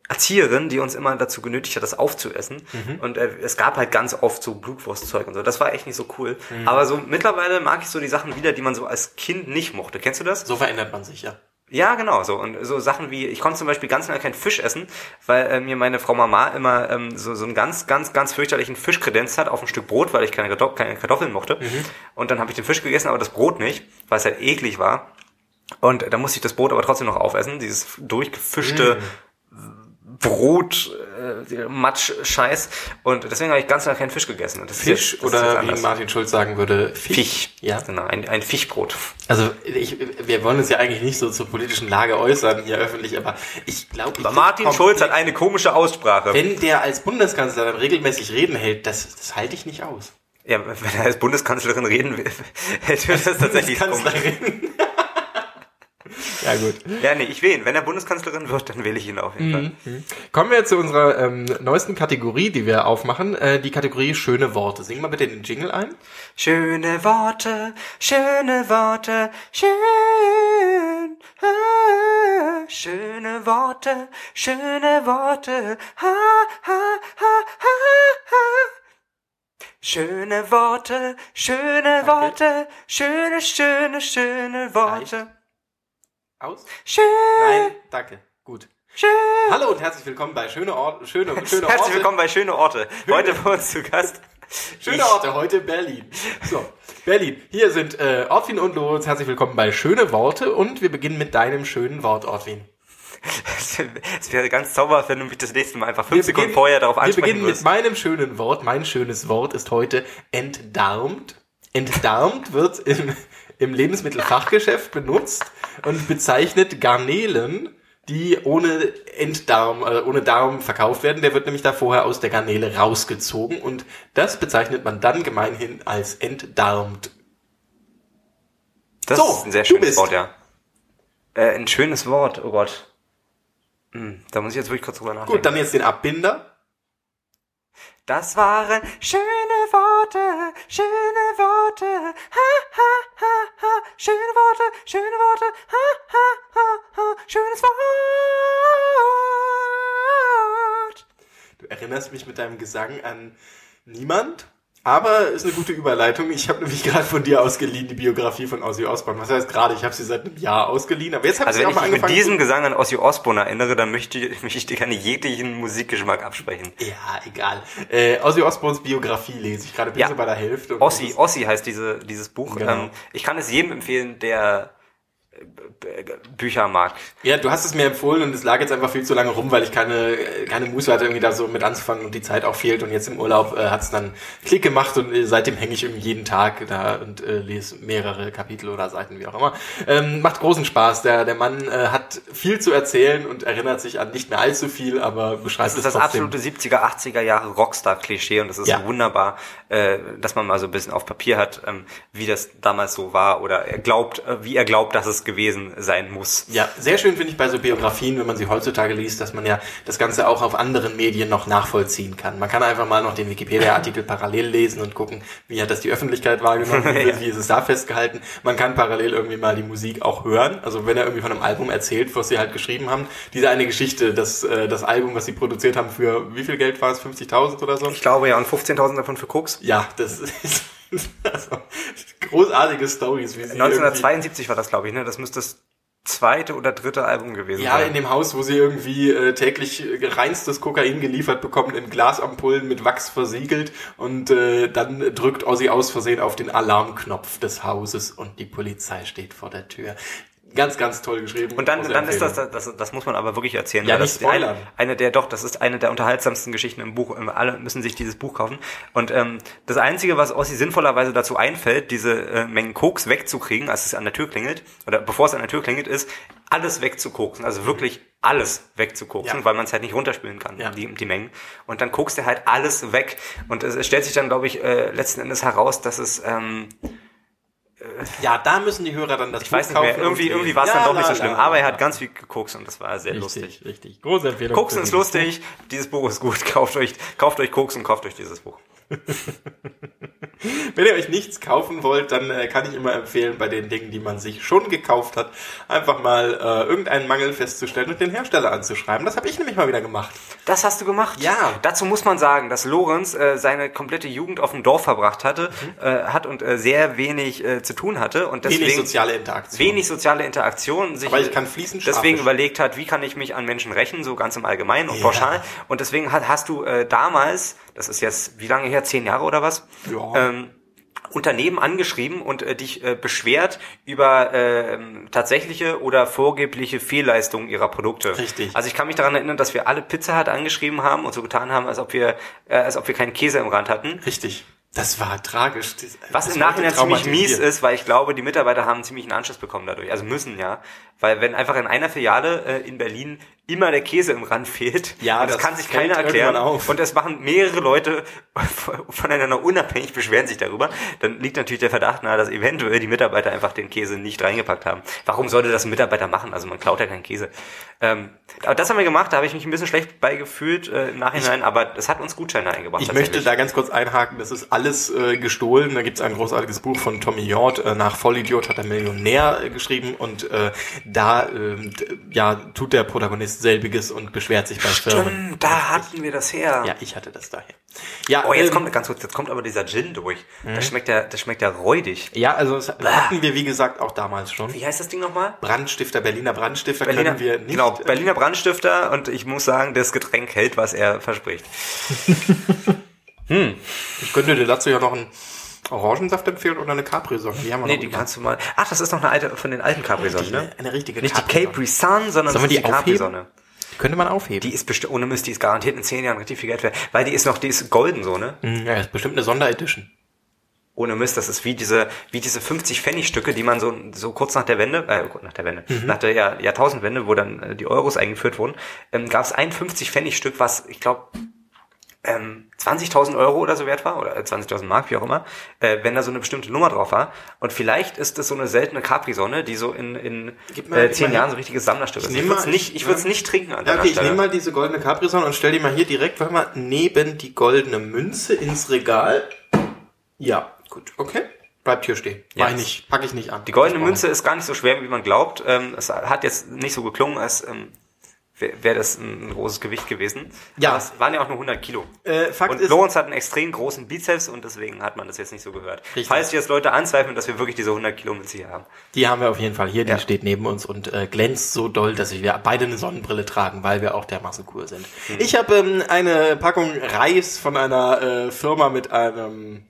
Speaker 1: Erzieherin, die uns immer dazu genötigt hat, das aufzuessen. Und äh, es gab halt ganz oft so Blutwurstzeug und so. Das war echt nicht so cool. Aber so mittlerweile mag ich so die Sachen wieder, die man so als Kind nicht mochte. Kennst du das?
Speaker 3: So verändert man sich, ja.
Speaker 1: Ja, genau so. Und so Sachen wie, ich konnte zum Beispiel ganz lange keinen Fisch essen, weil äh, mir meine Frau Mama immer ähm, so, so einen ganz, ganz, ganz fürchterlichen Fisch kredenzt hat auf ein Stück Brot, weil ich keine, Kartoff keine Kartoffeln mochte.
Speaker 3: Mhm.
Speaker 1: Und dann habe ich den Fisch gegessen, aber das Brot nicht, weil es halt eklig war. Und dann musste ich das Brot aber trotzdem noch aufessen, dieses durchgefischte
Speaker 3: Mhm.
Speaker 1: Brot, äh, Matsch-Scheiß. Und deswegen habe ich ganz lange keinen Fisch gegessen. Und das ist
Speaker 3: Fisch
Speaker 1: jetzt- das ist jetzt
Speaker 3: oder wie
Speaker 1: anders.
Speaker 3: Martin Schulz sagen würde, Fisch.
Speaker 1: Fisch.
Speaker 3: Ja.
Speaker 1: Genau, ein, ein Fischbrot.
Speaker 3: Also ich, wir wollen uns ja eigentlich nicht so zur politischen Lage äußern hier öffentlich, aber ich glaube...
Speaker 1: Aber Martin Schulz hat eine komische Aussprache.
Speaker 3: Wenn der als Bundeskanzler dann regelmäßig Reden hält, das, das halte ich nicht aus.
Speaker 1: Ja, wenn er als Bundeskanzlerin reden will, (laughs) hätte das tatsächlich komisch.
Speaker 3: Kanzlerin. ja gut.
Speaker 1: Ja, nee, ich wähle ihn. Wenn er Bundeskanzlerin wird, dann wähle ich ihn auf jeden Fall.
Speaker 3: Kommen wir zu unserer ähm, neuesten Kategorie, die wir aufmachen. Äh, die Kategorie schöne Worte. Sing mal bitte den Jingle ein.
Speaker 1: Schöne Worte, schöne Worte, schön. ah, Schöne Worte, schöne Worte. Ha, ha, ha, ha, ha. Schöne Worte, schöne Worte, schöne, schöne, schöne Worte.
Speaker 3: Aus?
Speaker 1: Schön,
Speaker 3: Nein, danke. Gut.
Speaker 1: schön.
Speaker 3: Hallo und herzlich willkommen bei schöne Orte. Schöne, schöne
Speaker 1: Herzlich
Speaker 3: Orte.
Speaker 1: willkommen bei Schöne Orte. Heute bei uns zu Gast. (laughs)
Speaker 3: Schöne Orte, heute Berlin. So, Berlin. Hier sind äh, Ortwin und Lorenz. Herzlich willkommen bei Schöne Worte und wir beginnen mit deinem schönen Wort, Ortwin.
Speaker 1: Es wäre ganz zauberhaft, wenn du mich das nächste Mal einfach
Speaker 3: Wir
Speaker 1: fünf Sekunden
Speaker 3: beginnen-
Speaker 1: vorher darauf
Speaker 3: Wir
Speaker 1: ansprechen
Speaker 3: beginnen mit
Speaker 1: würdest.
Speaker 3: meinem schönen Wort. Mein schönes Wort ist heute entdarmt. Entdarmt wird im, im Lebensmittelfachgeschäft benutzt und bezeichnet Garnelen, die ohne Enddarm, äh, ohne Darm verkauft werden. Der wird nämlich da vorher aus der Garnele rausgezogen und das bezeichnet man dann gemeinhin als entdarmt.
Speaker 1: Das
Speaker 3: So,
Speaker 1: ist ein sehr
Speaker 3: du
Speaker 1: schönes
Speaker 3: bist.
Speaker 1: Wort, ja. Äh, ein schönes Wort, oh Gott. Hm, da muss ich jetzt wirklich kurz drüber nachdenken.
Speaker 3: Gut, dann jetzt den Abbinder.
Speaker 1: das waren schöne Worte, schöne Worte, ha, ha, ha, ha. Schöne Worte, schöne Worte, ha, ha, ha, ha. Schönes Wort.
Speaker 3: Du erinnerst mich mit deinem Gesang an niemand? Aber ist eine gute Überleitung. Ich habe nämlich gerade von dir ausgeliehen die Biografie von Ozzy Osbourne. Was heißt gerade? Ich habe sie seit einem Jahr ausgeliehen, aber jetzt habe
Speaker 1: Also
Speaker 3: ich
Speaker 1: wenn
Speaker 3: sie auch
Speaker 1: ich
Speaker 3: mal
Speaker 1: mich mit diesem
Speaker 3: angefangen.
Speaker 1: Gesang an Ozzy Osbourne erinnere, dann möchte ich, (laughs) möchte ich dir gerne jeglichen Musikgeschmack absprechen.
Speaker 3: ja, egal. Äh, Ozzy Osbournes Biografie lese ich gerade. Bin
Speaker 1: Ja.
Speaker 3: so bei der Hälfte. und
Speaker 1: Ossi,
Speaker 3: das ist-
Speaker 1: Ossi heißt diese, dieses Buch.
Speaker 3: Genau.
Speaker 1: Ähm, ich kann es jedem empfehlen, der äh, b- b- Bücher mag.
Speaker 3: Ja, du hast es mir empfohlen und es lag jetzt einfach viel zu lange rum, weil ich keine, äh, keine Muße hatte, irgendwie da so mit anzufangen und die Zeit auch fehlt. Und jetzt im Urlaub äh, hat es dann Klick gemacht und äh, seitdem hänge ich irgendwie jeden Tag da und äh, lese mehrere Kapitel oder Seiten, wie auch immer. Ähm, macht großen Spaß. Der, der Mann äh, hat viel zu erzählen und erinnert sich an nicht mehr allzu viel, aber beschreibt
Speaker 1: Das ist
Speaker 3: es
Speaker 1: das
Speaker 3: trotzdem.
Speaker 1: absolute 70er, 80er Jahre Rockstar-Klischee und es ist
Speaker 3: Ja.
Speaker 1: wunderbar, äh, dass man mal so ein bisschen auf Papier hat, ähm, wie das damals so war oder er glaubt, äh, wie er glaubt, dass es gewesen sein muss.
Speaker 3: Ja, sehr schön finde ich bei so Biografien, wenn man sie heutzutage liest, dass man ja das Ganze auch auf anderen Medien noch nachvollziehen kann. Man kann einfach mal noch den Wikipedia-Artikel parallel lesen und gucken, wie hat das die Öffentlichkeit wahrgenommen, wie, wird- wie ist es da festgehalten. Man kann parallel irgendwie mal die Musik auch hören. Also wenn er irgendwie von einem Album erzählt, was sie halt geschrieben haben. Diese eine Geschichte, das, äh, das Album, was sie produziert haben für, wie viel Geld war es? 50.000 oder so?
Speaker 1: Ich glaube ja, und 15.000 davon für Koks.
Speaker 3: Ja, das (laughs) ist... Also, großartige Stories, wie sie irgendwie-
Speaker 1: 1972 war das, glaube ich, ne? Das müsste das zweite oder dritte Album gewesen
Speaker 3: Ja, in
Speaker 1: sein.
Speaker 3: dem Haus, wo sie irgendwie äh, täglich reinstes Kokain geliefert bekommen, in Glasampullen mit Wachs versiegelt und äh, dann drückt Ozzy aus Versehen auf den Alarmknopf des Hauses und die Polizei steht vor der Tür. Ganz, ganz toll geschrieben.
Speaker 1: Und dann,
Speaker 3: Große
Speaker 1: dann ist das,
Speaker 3: Empfehlung.
Speaker 1: das, das muss man aber wirklich erzählen.
Speaker 3: Ja,
Speaker 1: weil
Speaker 3: nicht
Speaker 1: das ist eine,
Speaker 3: spoilern.
Speaker 1: eine der, doch, das ist eine der unterhaltsamsten Geschichten im Buch. Ähm, Alle müssen sich dieses Buch kaufen. Und ähm, das Einzige, was Ossi sinnvollerweise dazu einfällt, diese äh, Mengen Koks wegzukriegen, als es an der Tür klingelt, oder bevor es an der Tür klingelt, ist, alles wegzukoksen. Also wirklich alles wegzukoksen,
Speaker 3: Ja.
Speaker 1: weil man es halt nicht runterspülen kann,
Speaker 3: Ja.
Speaker 1: die, die Mengen. Und dann kokst er halt alles weg. Und es, es stellt sich dann, glaube ich, äh, letzten Endes heraus, dass es... Ähm,
Speaker 3: ja, da müssen die Hörer dann das
Speaker 1: Ich weiß nicht mehr, irgendwie, irgendwie war es dann doch nicht so schlimm. Aber er hat ganz viel gekokst und das war sehr
Speaker 3: Richtig,
Speaker 1: lustig.
Speaker 3: richtig. Große Empfehlung.
Speaker 1: Koksen
Speaker 3: für
Speaker 1: ist
Speaker 3: dieses
Speaker 1: lustig, dieses Buch ist gut. (laughs) Kauft euch, kauft euch Koks und kauft euch dieses Buch.
Speaker 3: Wenn ihr euch nichts kaufen wollt, dann äh, kann ich immer empfehlen, bei den Dingen, die man sich schon gekauft hat, einfach mal äh, irgendeinen Mangel festzustellen und den Hersteller anzuschreiben. Das habe ich nämlich mal wieder gemacht.
Speaker 1: Das hast du gemacht.
Speaker 3: Ja.
Speaker 1: Dazu muss man sagen, dass Lorenz äh, seine komplette Jugend auf dem Dorf verbracht hatte, äh, hat und äh, sehr wenig äh, zu tun hatte und deswegen
Speaker 3: Wenig soziale Interaktion.
Speaker 1: wenig soziale Interaktion. Sich
Speaker 3: Aber ich kann fließend
Speaker 1: Deswegen
Speaker 3: Schwabisch.
Speaker 1: überlegt hat, wie kann ich mich an Menschen rächen, so ganz im Allgemeinen und pauschal. Und deswegen hat, hast du äh, damals, das ist jetzt wie lange her, zehn Jahre oder was?
Speaker 3: Ja.
Speaker 1: Ähm, Unternehmen angeschrieben und äh, dich äh, beschwert über ähm, tatsächliche oder vorgebliche Fehlleistungen ihrer Produkte.
Speaker 3: Richtig.
Speaker 1: Also ich kann mich daran erinnern, dass wir alle Pizza Hut angeschrieben haben und so getan haben, als ob wir, äh, als ob wir keinen Käse im Rand hatten.
Speaker 3: Richtig. Das war tragisch. Das,
Speaker 1: Was
Speaker 3: das
Speaker 1: im Nachhinein
Speaker 3: wurde
Speaker 1: ziemlich mies
Speaker 3: traumatisiert.
Speaker 1: ist, weil ich glaube, die Mitarbeiter haben ziemlich einen Anschluss bekommen dadurch. Also müssen ja. Weil wenn einfach in einer Filiale äh, in Berlin immer der Käse im Rand fehlt,
Speaker 3: (laughs) Ja,
Speaker 1: und das,
Speaker 3: das
Speaker 1: kann sich
Speaker 3: fällt
Speaker 1: keiner erklären.
Speaker 3: irgendwann auf.
Speaker 1: Und das machen mehrere Leute (laughs) voneinander unabhängig, beschweren sich darüber, dann liegt natürlich der Verdacht nahe, dass eventuell die Mitarbeiter einfach den Käse nicht reingepackt haben. Warum sollte das ein Mitarbeiter machen? Also man klaut ja keinen Käse. Ähm, aber das haben wir gemacht, da habe ich mich ein bisschen schlecht beigefühlt äh, im Nachhinein, aber das hat uns Gutscheine eingebracht.
Speaker 3: Ich möchte
Speaker 1: tatsächlich.
Speaker 3: da ganz kurz einhaken, das ist alles äh, gestohlen. Da gibt's ein großartiges Buch von Tommy Jord, äh, nach Vollidiot hat er Millionär äh, geschrieben und äh, da ähm, d- ja, tut der Protagonist selbiges und beschwert sich bei Firmen.
Speaker 1: Hm, da hatten wir das her.
Speaker 3: Ja, ich hatte das daher. Ja,
Speaker 1: Oh, jetzt
Speaker 3: ähm, Mhm.
Speaker 1: kommt ganz kurz, jetzt kommt aber dieser Gin durch. Das schmeckt ja, das schmeckt ja räudig.
Speaker 3: Ja, also das hatten wir, wie gesagt, auch damals schon.
Speaker 1: Wie heißt das Ding nochmal?
Speaker 3: Brandstifter, Berliner Brandstifter können wir nicht.
Speaker 1: genau, Berliner Brandstifter und ich muss sagen, das Getränk hält, was er verspricht.
Speaker 3: Ich könnte dir dazu ja noch einen Orangensaft empfehlen oder eine Capri-Sonne. Die haben wir
Speaker 1: Nee,
Speaker 3: noch
Speaker 1: die
Speaker 3: über.
Speaker 1: kannst du mal. Ach, das ist noch eine alte von den alten Capri Sonne,
Speaker 3: Die-
Speaker 1: ne?
Speaker 3: eine richtige
Speaker 1: Nicht die
Speaker 3: Capri-Sonne.
Speaker 1: Capri Sun, sondern
Speaker 3: Sollen wir
Speaker 1: das ist
Speaker 3: die aufheben?
Speaker 1: Capri-Sonne.
Speaker 3: Könnte man aufheben.
Speaker 1: Die ist bestimmt ohne Mist, die ist garantiert in zehn Jahren richtig viel Geld wert, weil die ist noch, die ist golden so, ne?
Speaker 3: Ja, ist bestimmt eine Sonderedition.
Speaker 1: ohne Mist, das ist wie diese, wie diese 50 Pfennigstücke, die man so, so kurz nach der Wende, äh, nach der Wende,
Speaker 3: Mhm.
Speaker 1: nach der Jahr, Jahrtausendwende, wo dann äh, die Euros eingeführt wurden, ähm, gab es ein 50 Pfennigstück, was, ich glaube, ähm, 20.000 Euro oder so wert war, oder 20.000 Mark, wie auch immer, äh, wenn da so eine bestimmte Nummer drauf war. Und vielleicht ist das so eine seltene Capri-Sonne, die so in, in
Speaker 3: Gib mal-
Speaker 1: äh,
Speaker 3: gib
Speaker 1: zehn
Speaker 3: mal
Speaker 1: Jahren
Speaker 3: her.
Speaker 1: so ein richtiges Sammelstück ist.
Speaker 3: nehm
Speaker 1: Ich würde es
Speaker 3: mal-
Speaker 1: nicht, ich würd's
Speaker 3: ja.
Speaker 1: nicht trinken an
Speaker 3: Ja,
Speaker 1: deiner
Speaker 3: okay, ich
Speaker 1: Stelle.
Speaker 3: nehme mal diese goldene Capri-Sonne und stell die mal hier direkt, warte mal, neben die goldene Münze ins Regal. Ja, gut, okay. Bleibt hier stehen.
Speaker 1: Ja.
Speaker 3: Mach ich nicht, pack ich nicht an.
Speaker 1: Die goldene Münze ist gar nicht so schwer, wie man glaubt. Ähm, es hat jetzt nicht so geklungen, als ähm, wäre das ein, ein großes Gewicht gewesen.
Speaker 7: Ja.
Speaker 1: Aber es waren ja auch nur 100 Kilo.
Speaker 7: Äh, Fakt
Speaker 1: und
Speaker 7: ist-
Speaker 1: Lorenz hat einen extrem großen Bizeps und deswegen hat man das jetzt nicht so gehört.
Speaker 7: Richtig.
Speaker 1: Falls jetzt Leute anzweifeln, dass wir wirklich diese 100 Kilo Münze hier haben.
Speaker 7: Die haben wir auf jeden Fall hier, die
Speaker 1: Ja.
Speaker 7: steht neben uns und äh, glänzt so doll, dass wir beide eine Sonnenbrille tragen, weil wir auch dermaßen cool sind.
Speaker 3: Ich habe ähm, eine Packung Reis von einer äh, Firma mit einem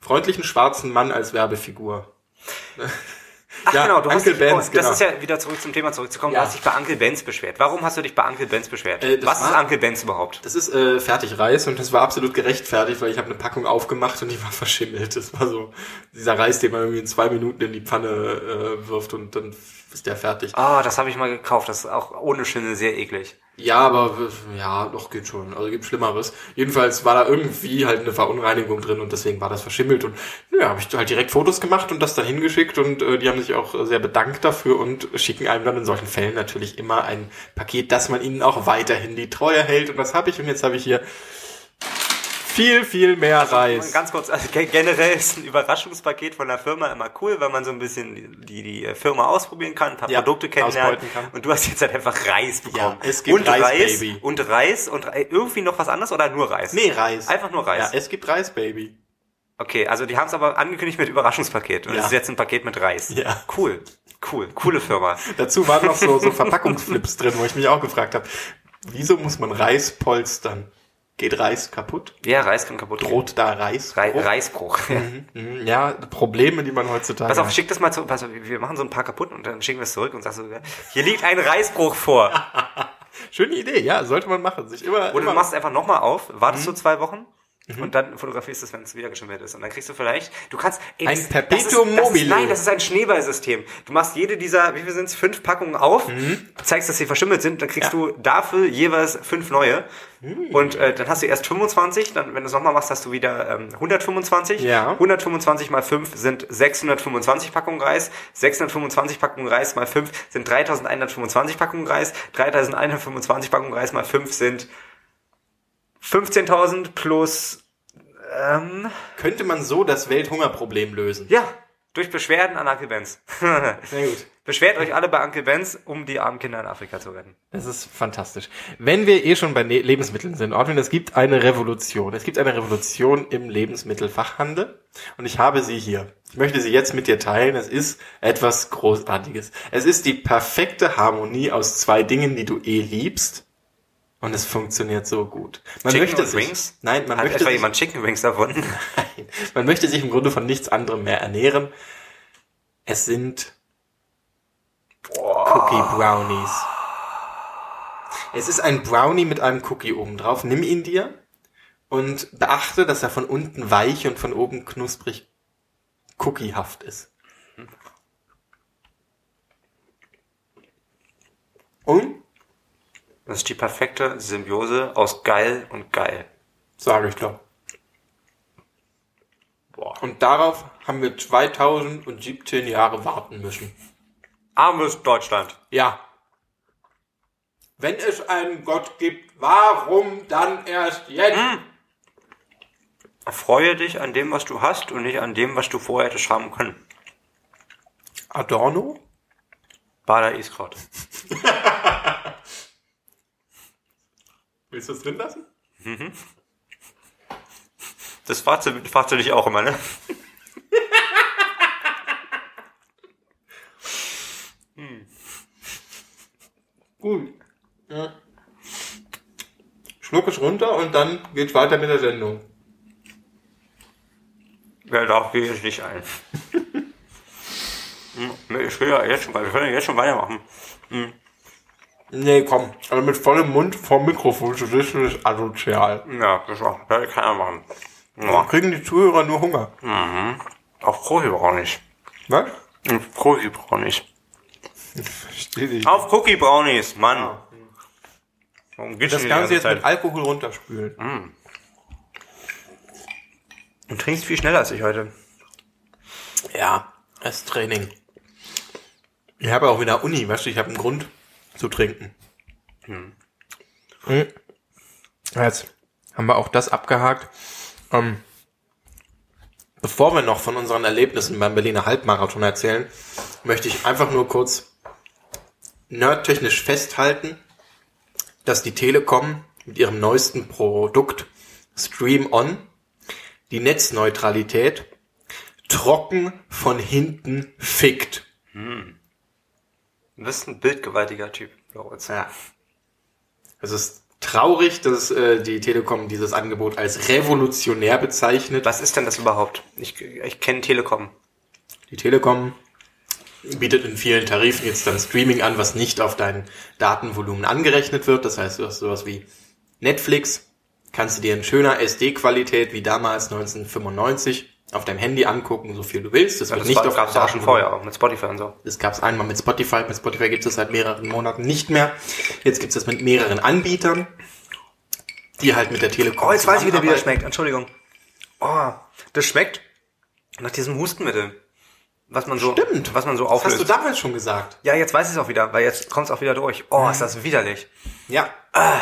Speaker 3: freundlichen schwarzen Mann als Werbefigur.
Speaker 1: Ach
Speaker 3: Ja, Uncle
Speaker 1: dich,
Speaker 3: Ben's,
Speaker 1: oh, das
Speaker 3: genau.
Speaker 1: ist ja wieder zurück zum Thema zurückzukommen.
Speaker 3: Ja.
Speaker 1: Du hast dich bei Uncle Benz beschwert. Warum hast du dich bei Uncle Benz beschwert?
Speaker 3: Äh, das
Speaker 1: Was ist
Speaker 3: war-
Speaker 1: Uncle Benz überhaupt?
Speaker 3: Das ist äh, Fertigreis und das war absolut gerechtfertigt, weil ich habe eine Packung aufgemacht und die war (laughs) verschimmelt. Das war so dieser Reis, den man irgendwie in zwei Minuten in die Pfanne äh, wirft und dann ist der fertig.
Speaker 1: Ah, das habe ich mal gekauft. Das ist auch ohne Schimmel sehr eklig.
Speaker 3: Ja, aber w- ja, doch geht schon. Also gibt Schlimmeres. Jedenfalls war da irgendwie halt eine Verunreinigung drin und deswegen war das verschimmelt und ja, habe ich halt direkt Fotos gemacht und das dann hingeschickt und äh, die haben sich auch äh, sehr bedankt dafür und schicken einem dann in solchen Fällen natürlich immer ein Paket, dass man ihnen auch weiterhin die Treue hält und das habe ich und jetzt habe ich hier viel viel mehr Reis.
Speaker 1: Ganz kurz, also ge- generell ist ein Überraschungspaket von der Firma immer cool, weil man so ein bisschen die, die äh, Firma ausprobieren kann, ein paar
Speaker 3: Ja,
Speaker 1: Produkte kennenlernen
Speaker 3: ausbeuten kann.
Speaker 1: und du hast jetzt halt einfach Reis bekommen.
Speaker 3: es gibt
Speaker 1: und
Speaker 3: Reis,
Speaker 1: Reis
Speaker 3: Baby.
Speaker 1: und Reis und Re- irgendwie noch was anderes oder nur Reis?
Speaker 3: Nee, Reis.
Speaker 1: Einfach nur
Speaker 3: Ja,
Speaker 1: Reis.
Speaker 3: es gibt Reis, Baby.
Speaker 1: okay, also die haben es aber angekündigt mit Überraschungspaket und
Speaker 3: Ja.
Speaker 1: es ist jetzt ein Paket mit Reis.
Speaker 3: Ja.
Speaker 1: Cool. Cool, coole Firma.
Speaker 3: Dazu waren
Speaker 1: (laughs)
Speaker 3: noch so, so Verpackungsflips drin, wo ich mich auch gefragt habe, wieso muss man Reis polstern? Geht Reis kaputt?
Speaker 1: Ja, Reis kann kaputt gehen.
Speaker 3: Droht da Reis?
Speaker 1: Rei
Speaker 3: Bruch?
Speaker 1: Reisbruch.
Speaker 3: (laughs) Mhm, Ja, Probleme, die man heutzutage
Speaker 1: Pass auf,
Speaker 3: hat.
Speaker 1: schick das mal zu. Pass auf, wir machen so ein paar kaputt und dann schicken wir es zurück und sagst so, hier liegt ein Reisbruch vor.
Speaker 3: Schöne Idee, ja, sollte man machen. Sich
Speaker 1: Oder
Speaker 3: immer, immer Mhm.
Speaker 1: du machst es einfach nochmal auf, wartest du zwei Wochen und dann fotografierst du es, wenn es wieder geschimmelt ist. Und dann kriegst du vielleicht, du kannst... Ey,
Speaker 3: Ein Perpetuum
Speaker 1: das ist, das ist,
Speaker 3: mobile.
Speaker 1: Nein, das ist ein Schneeballsystem. Du machst jede dieser, wie viel sind's, fünf Packungen auf, zeigst, dass sie verschimmelt sind, dann kriegst
Speaker 3: Mhm. Ja. Hm.
Speaker 1: du dafür jeweils fünf neue. Und äh, dann hast du erst 25, dann, wenn du es nochmal machst, hast du wieder ähm, 125.
Speaker 3: Ja.
Speaker 1: 125 mal 5 sind 625 Packungen Reis. 625 Packungen Reis mal 5 sind 3125 Packungen Reis. 3125 Packungen Reis mal 5 sind 15.000 plus, ähm,
Speaker 3: könnte man so das Welthungerproblem lösen.
Speaker 1: ja, durch Beschwerden an Uncle Benz.
Speaker 3: Sehr gut.
Speaker 1: Beschwert euch alle bei Uncle Benz, um die armen Kinder in Afrika zu retten.
Speaker 3: Das ist fantastisch. Wenn wir eh schon bei Ne- Lebensmitteln sind, Ordwin, es gibt eine Revolution. Es gibt eine Revolution im Lebensmittelfachhandel und ich habe sie hier. Ich möchte sie jetzt mit dir teilen. Es ist etwas Großartiges. Es ist die perfekte Harmonie aus zwei Dingen, die du eh liebst. Und es funktioniert so gut. Man möchte
Speaker 1: und
Speaker 3: sich,
Speaker 1: Wings? Also
Speaker 3: Nein, man
Speaker 1: Hat
Speaker 3: möchte
Speaker 1: etwa
Speaker 3: sich,
Speaker 1: jemand Chicken Wings davon?
Speaker 3: man möchte sich im Grunde von nichts anderem mehr ernähren. Es sind Cookie Brownies. Es ist ein Brownie mit einem Cookie oben drauf. Nimm ihn dir und beachte, dass er von unten weich und von oben knusprig cookiehaft ist. Und,
Speaker 1: Das ist die perfekte Symbiose aus geil und geil.
Speaker 3: sage ich doch. Und darauf haben wir 2017 Jahre warten müssen.
Speaker 1: Armes Deutschland.
Speaker 3: Ja. Wenn es einen Gott gibt, warum dann erst jetzt?
Speaker 1: Freue dich an dem, was du hast und nicht an dem, was du vorher hättest haben können.
Speaker 3: Adorno?
Speaker 1: Bader Iskraut.
Speaker 3: Willst du es drin lassen?
Speaker 1: Das fragst du, fragst du dich auch immer, ne?
Speaker 3: Gut. Ja. Schluck es runter und dann geht's weiter mit der Sendung.
Speaker 1: Ja, darauf gehe ich nicht
Speaker 3: (laughs)
Speaker 1: ein. Hm, ich will ja jetzt schon, wir können ja jetzt schon weitermachen.
Speaker 3: Nee, komm. Aber mit vollem Mund vorm Mikrofon zu sitzen ist asozial.
Speaker 1: Ja, das auch, das kann keiner machen.
Speaker 3: Da
Speaker 1: Ja,
Speaker 3: kriegen die Zuhörer nur Hunger.
Speaker 1: auf Cookie brauche ich
Speaker 3: Was?
Speaker 1: nicht. Auf Cookie brauche ich nicht.
Speaker 3: Verstehe dich.
Speaker 1: Auf Cookie Brownies, Mann. Warum geht's
Speaker 3: Das Ganze jetzt mit Alkohol runterspülen.
Speaker 1: Du trinkst viel schneller als ich heute.
Speaker 3: Ja, das Training. Ich habe auch wieder Uni, weißt du, ich habe einen Grund zu trinken. Hm. Jetzt haben wir auch das abgehakt. Ähm, Bevor wir noch von unseren Erlebnissen beim Berliner Halbmarathon erzählen, möchte ich einfach nur kurz nerdtechnisch festhalten, dass die Telekom mit ihrem neuesten Produkt Stream On die Netzneutralität trocken von hinten fickt.
Speaker 1: Du bist ein bildgewaltiger Typ, Lorenz.
Speaker 3: Ja. Es ist traurig, dass äh, die Telekom dieses Angebot als revolutionär bezeichnet.
Speaker 1: Was ist denn das überhaupt? Ich, ich kenne Telekom.
Speaker 3: Die Telekom bietet in vielen Tarifen jetzt dann Streaming an, was nicht auf dein Datenvolumen angerechnet wird. Das heißt, du hast sowas wie Netflix, kannst du dir in schöner SD-Qualität wie damals 1995 auf deinem Handy angucken, so viel du willst. Das,
Speaker 1: Ja,
Speaker 3: wird
Speaker 1: das
Speaker 3: nicht
Speaker 1: war-
Speaker 3: auf
Speaker 1: gab's ja auch schon vorher, auch mit Spotify und so.
Speaker 3: Das gab es einmal mit Spotify. Mit Spotify gibt es seit mehreren Monaten nicht mehr. Jetzt gibt es das mit mehreren Anbietern, die halt mit der Telekom.
Speaker 1: Oh, jetzt weiß ich wieder, wie das
Speaker 3: zusammenarbeiten.
Speaker 1: schmeckt. Entschuldigung. Oh, das schmeckt nach diesem Hustenmittel. Was man so,
Speaker 3: Stimmt.
Speaker 1: was man so
Speaker 3: Das hast du
Speaker 1: auflöst.
Speaker 3: damals schon gesagt.
Speaker 1: Ja, jetzt weiß ich es auch wieder, weil jetzt kommt es auch wieder durch. Oh, ist das widerlich.
Speaker 3: Ja.
Speaker 1: Ah.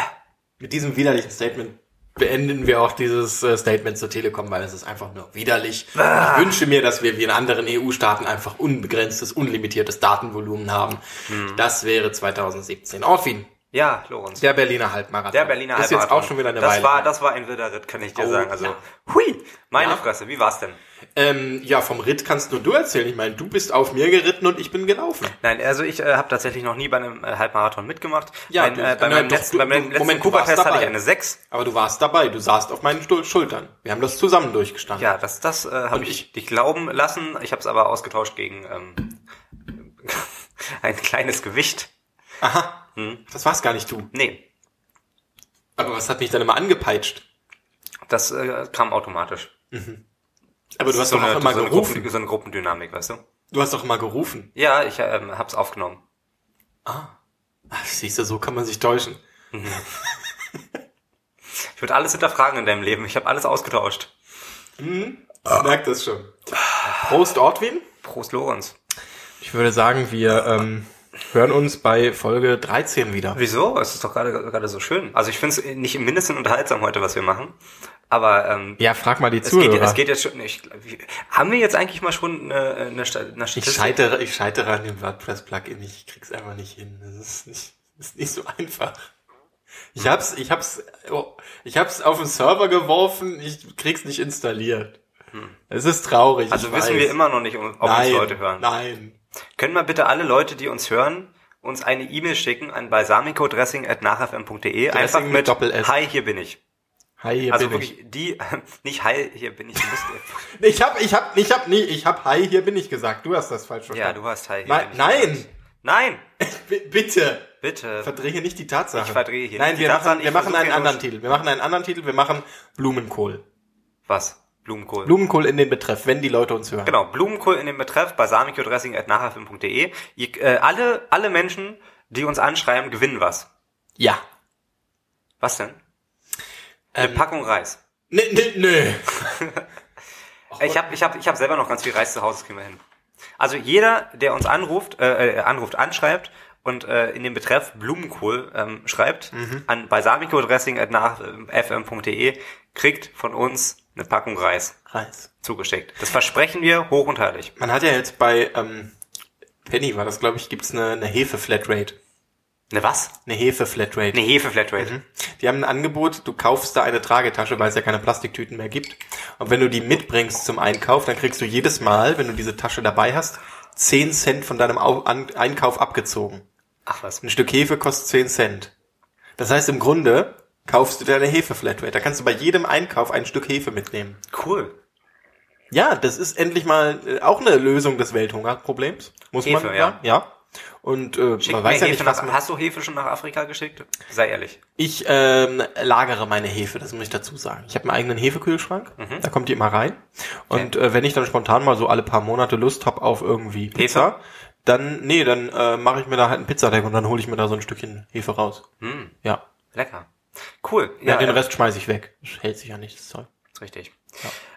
Speaker 3: Mit diesem widerlichen Statement beenden wir auch dieses äh, Statement zur Telekom, weil es ist einfach nur widerlich.
Speaker 1: Ah.
Speaker 3: Ich wünsche mir, dass wir wie in anderen EU-Staaten einfach unbegrenztes, unlimitiertes Datenvolumen haben.
Speaker 1: Hm.
Speaker 3: Das wäre 2017. Orfin,
Speaker 1: Ja, Lorenz.
Speaker 3: der Berliner Halbmarathon.
Speaker 1: Der Berliner
Speaker 3: Ist jetzt
Speaker 1: Halbmarathon.
Speaker 3: auch schon wieder eine
Speaker 1: das
Speaker 3: Weile.
Speaker 1: War, das war ein wilder Ritt, kann ich dir
Speaker 3: Oh,
Speaker 1: sagen. Also,
Speaker 3: ja.
Speaker 1: hui, meine
Speaker 3: Ja.
Speaker 1: Fresse, wie war's denn?
Speaker 3: Ähm, ja, vom Ritt kannst nur du erzählen. Ich meine, du bist auf mir geritten und ich bin gelaufen.
Speaker 1: Nein, also ich äh, habe tatsächlich noch nie bei einem äh, Halbmarathon mitgemacht.
Speaker 3: Ja,
Speaker 1: mein,
Speaker 3: du-
Speaker 1: äh, bei
Speaker 3: nein,
Speaker 1: meinem
Speaker 3: doch,
Speaker 1: letzten,
Speaker 3: du-
Speaker 1: bei meinem
Speaker 3: du-
Speaker 1: letzten
Speaker 3: Moment, du warst
Speaker 1: Cooper-Fest hatte ich
Speaker 3: dabei.
Speaker 1: eine 6.
Speaker 3: Aber du warst dabei. Du saßt auf meinen Stuhl- Schultern. Wir haben das zusammen durchgestanden.
Speaker 1: Ja, das, das äh, habe ich, dich glauben lassen. Ich habe es aber ausgetauscht gegen ähm, (laughs) ein kleines Gewicht.
Speaker 3: Das warst gar nicht du.
Speaker 1: Nee,
Speaker 3: Aber was hat mich dann immer angepeitscht?
Speaker 1: das äh, kam automatisch.
Speaker 3: Aber du hast doch auch immer
Speaker 1: so, eine
Speaker 3: gerufen.
Speaker 1: Gruppen, so eine Gruppendynamik, weißt du?
Speaker 3: Du hast doch immer gerufen.
Speaker 1: Ja, ich ähm, habe es aufgenommen.
Speaker 3: Ach, siehst du, so kann man sich täuschen.
Speaker 1: Ich würde alles hinterfragen in deinem Leben. Ich habe alles ausgetauscht.
Speaker 3: Ich merke das schon. Prost, Ortwin.
Speaker 1: Prost, Lorenz.
Speaker 3: Ich würde sagen, wir ähm, hören uns bei Folge 13 wieder.
Speaker 1: Wieso? Es ist doch gerade gerade so schön. Also ich finde es nicht im Mindesten unterhaltsam heute, was wir machen. Aber ähm,
Speaker 3: Ja, frag mal die
Speaker 1: es, geht,
Speaker 3: Zuhörer.
Speaker 1: es geht jetzt schon. Ich, wie- haben wir jetzt eigentlich mal schon eine, eine, Sta- eine
Speaker 3: ich
Speaker 1: Statistik?
Speaker 3: scheitere, ich scheitere an dem WordPress-Plugin. Ich krieg's einfach nicht hin. Das ist nicht, das ist nicht so einfach. Ich hab's, ich hab's, oh, ich hab's auf den Server geworfen. Ich krieg's nicht installiert. Es ist traurig.
Speaker 1: Hm. Also
Speaker 3: ich
Speaker 1: wissen
Speaker 3: weiß.
Speaker 1: wir immer noch nicht, ob
Speaker 3: nein,
Speaker 1: uns Leute hören.
Speaker 3: Nein.
Speaker 1: Können mal bitte alle Leute, die uns hören, uns eine E-Mail schicken an balsamicodressing.nachfm.de. Einfach
Speaker 3: mit
Speaker 1: mit
Speaker 3: Doppel-S.
Speaker 1: Hi, hier bin ich.
Speaker 3: Hi, hier
Speaker 1: also
Speaker 3: bin ich.
Speaker 1: wirklich die, (laughs) nicht Hi, hier bin ich. Du
Speaker 3: (laughs)
Speaker 1: bist,
Speaker 3: Ich hab, ich hab, ich hab nie, ich hab Hi, hier bin ich gesagt. Du hast das falsch
Speaker 1: ja,
Speaker 3: verstanden.
Speaker 1: du hast Hi, hier
Speaker 3: Nein,
Speaker 1: bin ich.
Speaker 3: nein,
Speaker 1: Nein,
Speaker 3: B- bitte.
Speaker 1: bitte.
Speaker 3: Verdrehe nicht die Tatsache.
Speaker 1: Ich verdrehe hier
Speaker 3: Nein,
Speaker 1: nicht
Speaker 3: wir
Speaker 1: die Tatsachen.
Speaker 3: machen, wir
Speaker 1: Ich
Speaker 3: machen
Speaker 1: versuche
Speaker 3: einen
Speaker 1: ja nur-
Speaker 3: anderen Titel. Wir machen einen anderen Titel. Wir machen Blumenkohl.
Speaker 1: Was? Blumenkohl.
Speaker 3: Blumenkohl in den Betreff, wenn die Leute uns hören.
Speaker 1: Genau, Blumenkohl in dem Betreff, balsamicodressing.nachafilm.de. Ihr, äh, alle, alle Menschen, die uns anschreiben, gewinnen was.
Speaker 3: Ja.
Speaker 1: Was denn? Eine
Speaker 3: Ähm.
Speaker 1: Packung Reis.
Speaker 3: Nee, nee, nee.
Speaker 1: ich habe ich hab, ich hab selber noch ganz viel Reis zu Hause, das kriegen wir hin. Also jeder, der uns anruft, äh, äh, anruft, anschreibt und äh, in dem Betreff Blumenkohl ähm, schreibt, an äh, balsamicodressing.nachfm.de, kriegt von uns eine Packung Reis
Speaker 3: Reis.
Speaker 1: zugeschickt. Das versprechen wir hoch und heilig.
Speaker 3: Man hat ja jetzt bei, ähm, Penny war das, glaube ich, gibt's eine, eine Hefe-Flatrate.
Speaker 1: Eine was?
Speaker 3: Eine Hefe-Flatrate.
Speaker 1: Eine Hefeflatrate.
Speaker 3: Die haben ein Angebot, du kaufst da eine Tragetasche, weil es ja keine Plastiktüten mehr gibt. Und wenn du die mitbringst zum Einkauf, dann kriegst du jedes Mal, wenn du diese Tasche dabei hast, 10 Cent von deinem Au An Einkauf abgezogen.
Speaker 1: Ach was.
Speaker 3: Ein Stück Hefe kostet 10 Cent. Das heißt, im Grunde kaufst du dir eine Hefe-Flatrate. Da kannst du bei jedem Einkauf ein Stück Hefe mitnehmen.
Speaker 1: Cool.
Speaker 3: Ja, das ist endlich mal äh, auch eine Lösung des Welthungerproblems. Muss
Speaker 1: Hefe,
Speaker 3: man,
Speaker 1: ja.
Speaker 3: ja. Und äh,
Speaker 1: Schick
Speaker 3: man weiß
Speaker 1: mir
Speaker 3: ja
Speaker 1: Hefe
Speaker 3: nicht, was
Speaker 1: nach,
Speaker 3: man...
Speaker 1: Hast du Hefe schon nach Afrika geschickt? Sei ehrlich.
Speaker 3: Ich ähm, lagere meine Hefe, das muss ich dazu sagen. Ich habe einen eigenen Hefekühlschrank,
Speaker 1: Mhm.
Speaker 3: da kommt die immer rein. Und äh, wenn ich dann spontan mal so alle paar Monate Lust hab auf irgendwie Pizza, dann nee, dann äh, mache ich mir da halt einen Pizzadeck und dann hole ich mir da so ein Stückchen Hefe raus.
Speaker 1: Hm.
Speaker 3: Ja.
Speaker 1: Lecker. Cool.
Speaker 3: Ja, den
Speaker 1: äh,
Speaker 3: Rest schmeiß ich weg. Das hält sich ja nicht, das Zeug.
Speaker 1: Richtig.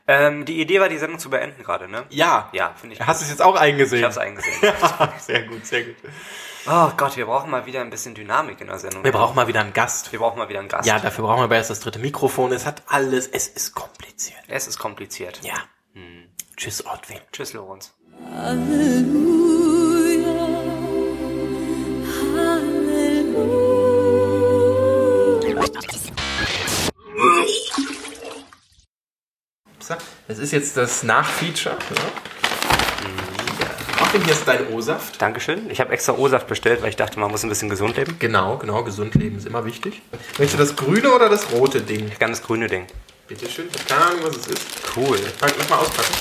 Speaker 1: Ähm, die Idee war, die Sendung zu beenden gerade, ne?
Speaker 3: Ja.
Speaker 1: Ja, finde ich.
Speaker 3: Hast du es jetzt auch eingesehen?
Speaker 1: ich hab's (laughs)
Speaker 3: (laughs)
Speaker 1: eingesehen.
Speaker 3: sehr gut, sehr gut.
Speaker 1: oh Gott, wir brauchen mal wieder ein bisschen Dynamik in der Sendung.
Speaker 3: Wir brauchen mal wieder einen Gast.
Speaker 1: wir brauchen mal wieder einen Gast.
Speaker 3: Ja, dafür brauchen wir aber erst das dritte Mikrofon. Es hat alles, es ist kompliziert.
Speaker 1: Es ist kompliziert.
Speaker 3: Ja.
Speaker 7: Hm. Tschüss, Ortwin.
Speaker 1: Tschüss, Lorenz.
Speaker 7: Das ist jetzt das Nachfeature. Ja. Mhm. Ortwin, hier ist dein O-Saft.
Speaker 1: Dankeschön. Ich habe extra O-Saft bestellt, weil ich dachte, man muss ein bisschen gesund leben.
Speaker 7: Genau, genau. Gesund leben ist immer wichtig. Möchtest du das grüne oder das rote Ding?
Speaker 1: Ganz grüne Ding.
Speaker 7: Bitte schön. Ich habe keine Ahnung, was es ist.
Speaker 1: Cool.
Speaker 7: Halt, lass mal auspacken.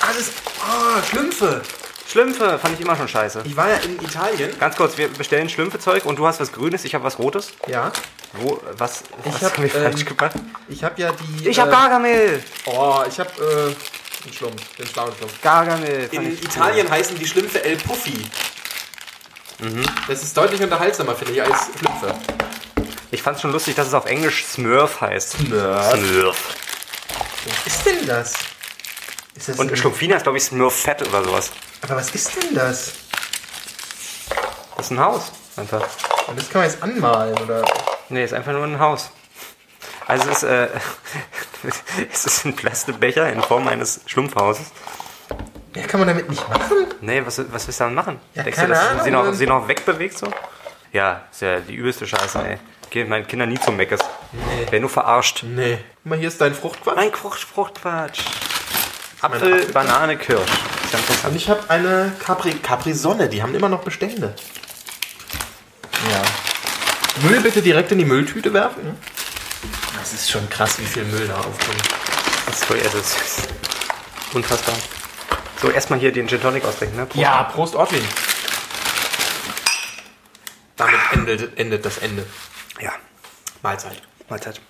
Speaker 7: Ah, das ist... Oh, Schlümpfe.
Speaker 1: Schlümpfe fand ich immer schon scheiße.
Speaker 7: Ich war ja in Italien.
Speaker 1: Ganz kurz, wir bestellen Schlümpfezeug und du hast was Grünes, ich habe was Rotes.
Speaker 7: Ja.
Speaker 1: Wo, was, was
Speaker 7: hab,
Speaker 1: haben wir
Speaker 7: ähm,
Speaker 1: falsch gemacht?
Speaker 7: Ich habe ja die...
Speaker 1: Ich habe
Speaker 7: äh,
Speaker 1: Gargamel.
Speaker 7: Oh, ich habe äh, einen Schlumpf. Den schlauen Schlumpf.
Speaker 1: Gargamel. fand
Speaker 7: In
Speaker 1: ich-
Speaker 7: Italien heißen die Schlümpfe El Puffi. Das ist deutlich unterhaltsamer, finde ich, als Schlümpfe.
Speaker 1: Ich fand es schon lustig, dass es auf Englisch Smurf heißt.
Speaker 7: Smurf.
Speaker 1: Smurf.
Speaker 7: Was ist denn das? Ist das
Speaker 1: Und
Speaker 7: ein-
Speaker 1: Schlumpfina ist, glaube ich, Smurfett oder sowas.
Speaker 7: Aber was ist denn das?
Speaker 1: Das ist ein Haus. Einfach.
Speaker 7: Und das kann man jetzt anmalen, oder?
Speaker 1: Nee, ist einfach nur ein Haus. Also es ist, äh, (laughs) es ist ein Plastikbecher in Form eines Schlumpfhauses.
Speaker 7: Ja, kann man damit nicht machen?
Speaker 1: Nee, was, was willst du damit machen?
Speaker 7: Ja,
Speaker 1: Denkst
Speaker 7: keine
Speaker 1: du, dass du
Speaker 7: Ahnung, ne?
Speaker 1: sie noch,
Speaker 7: Mann.
Speaker 1: sie noch wegbewegt so? Ja, ist ja die übelste Scheiße, ey. Geh mit meinen Kindern nie zum Meckes. Wer nur verarscht.
Speaker 7: Nee. Guck mal, hier ist dein Fruchtquark.
Speaker 1: Nein, Frucht, Fruchtquatsch. Apfel, Banane, Kirsch. Ist ja
Speaker 7: Und
Speaker 1: interessant.
Speaker 7: ich habe eine Capri, Capri-Sonne, die haben immer noch Bestände. Ja. Müll bitte direkt in die Mülltüte werfen. ne? Das ist schon krass, wie viel Müll da aufkommt.
Speaker 1: Sorry, es ist unfassbar. So, erstmal hier den Gin Tonic austrinken, ne? Prost.
Speaker 7: Ja, Prost Ortwin. Damit endet, endet das Ende.
Speaker 1: Ja,
Speaker 7: Mahlzeit.
Speaker 1: Mahlzeit.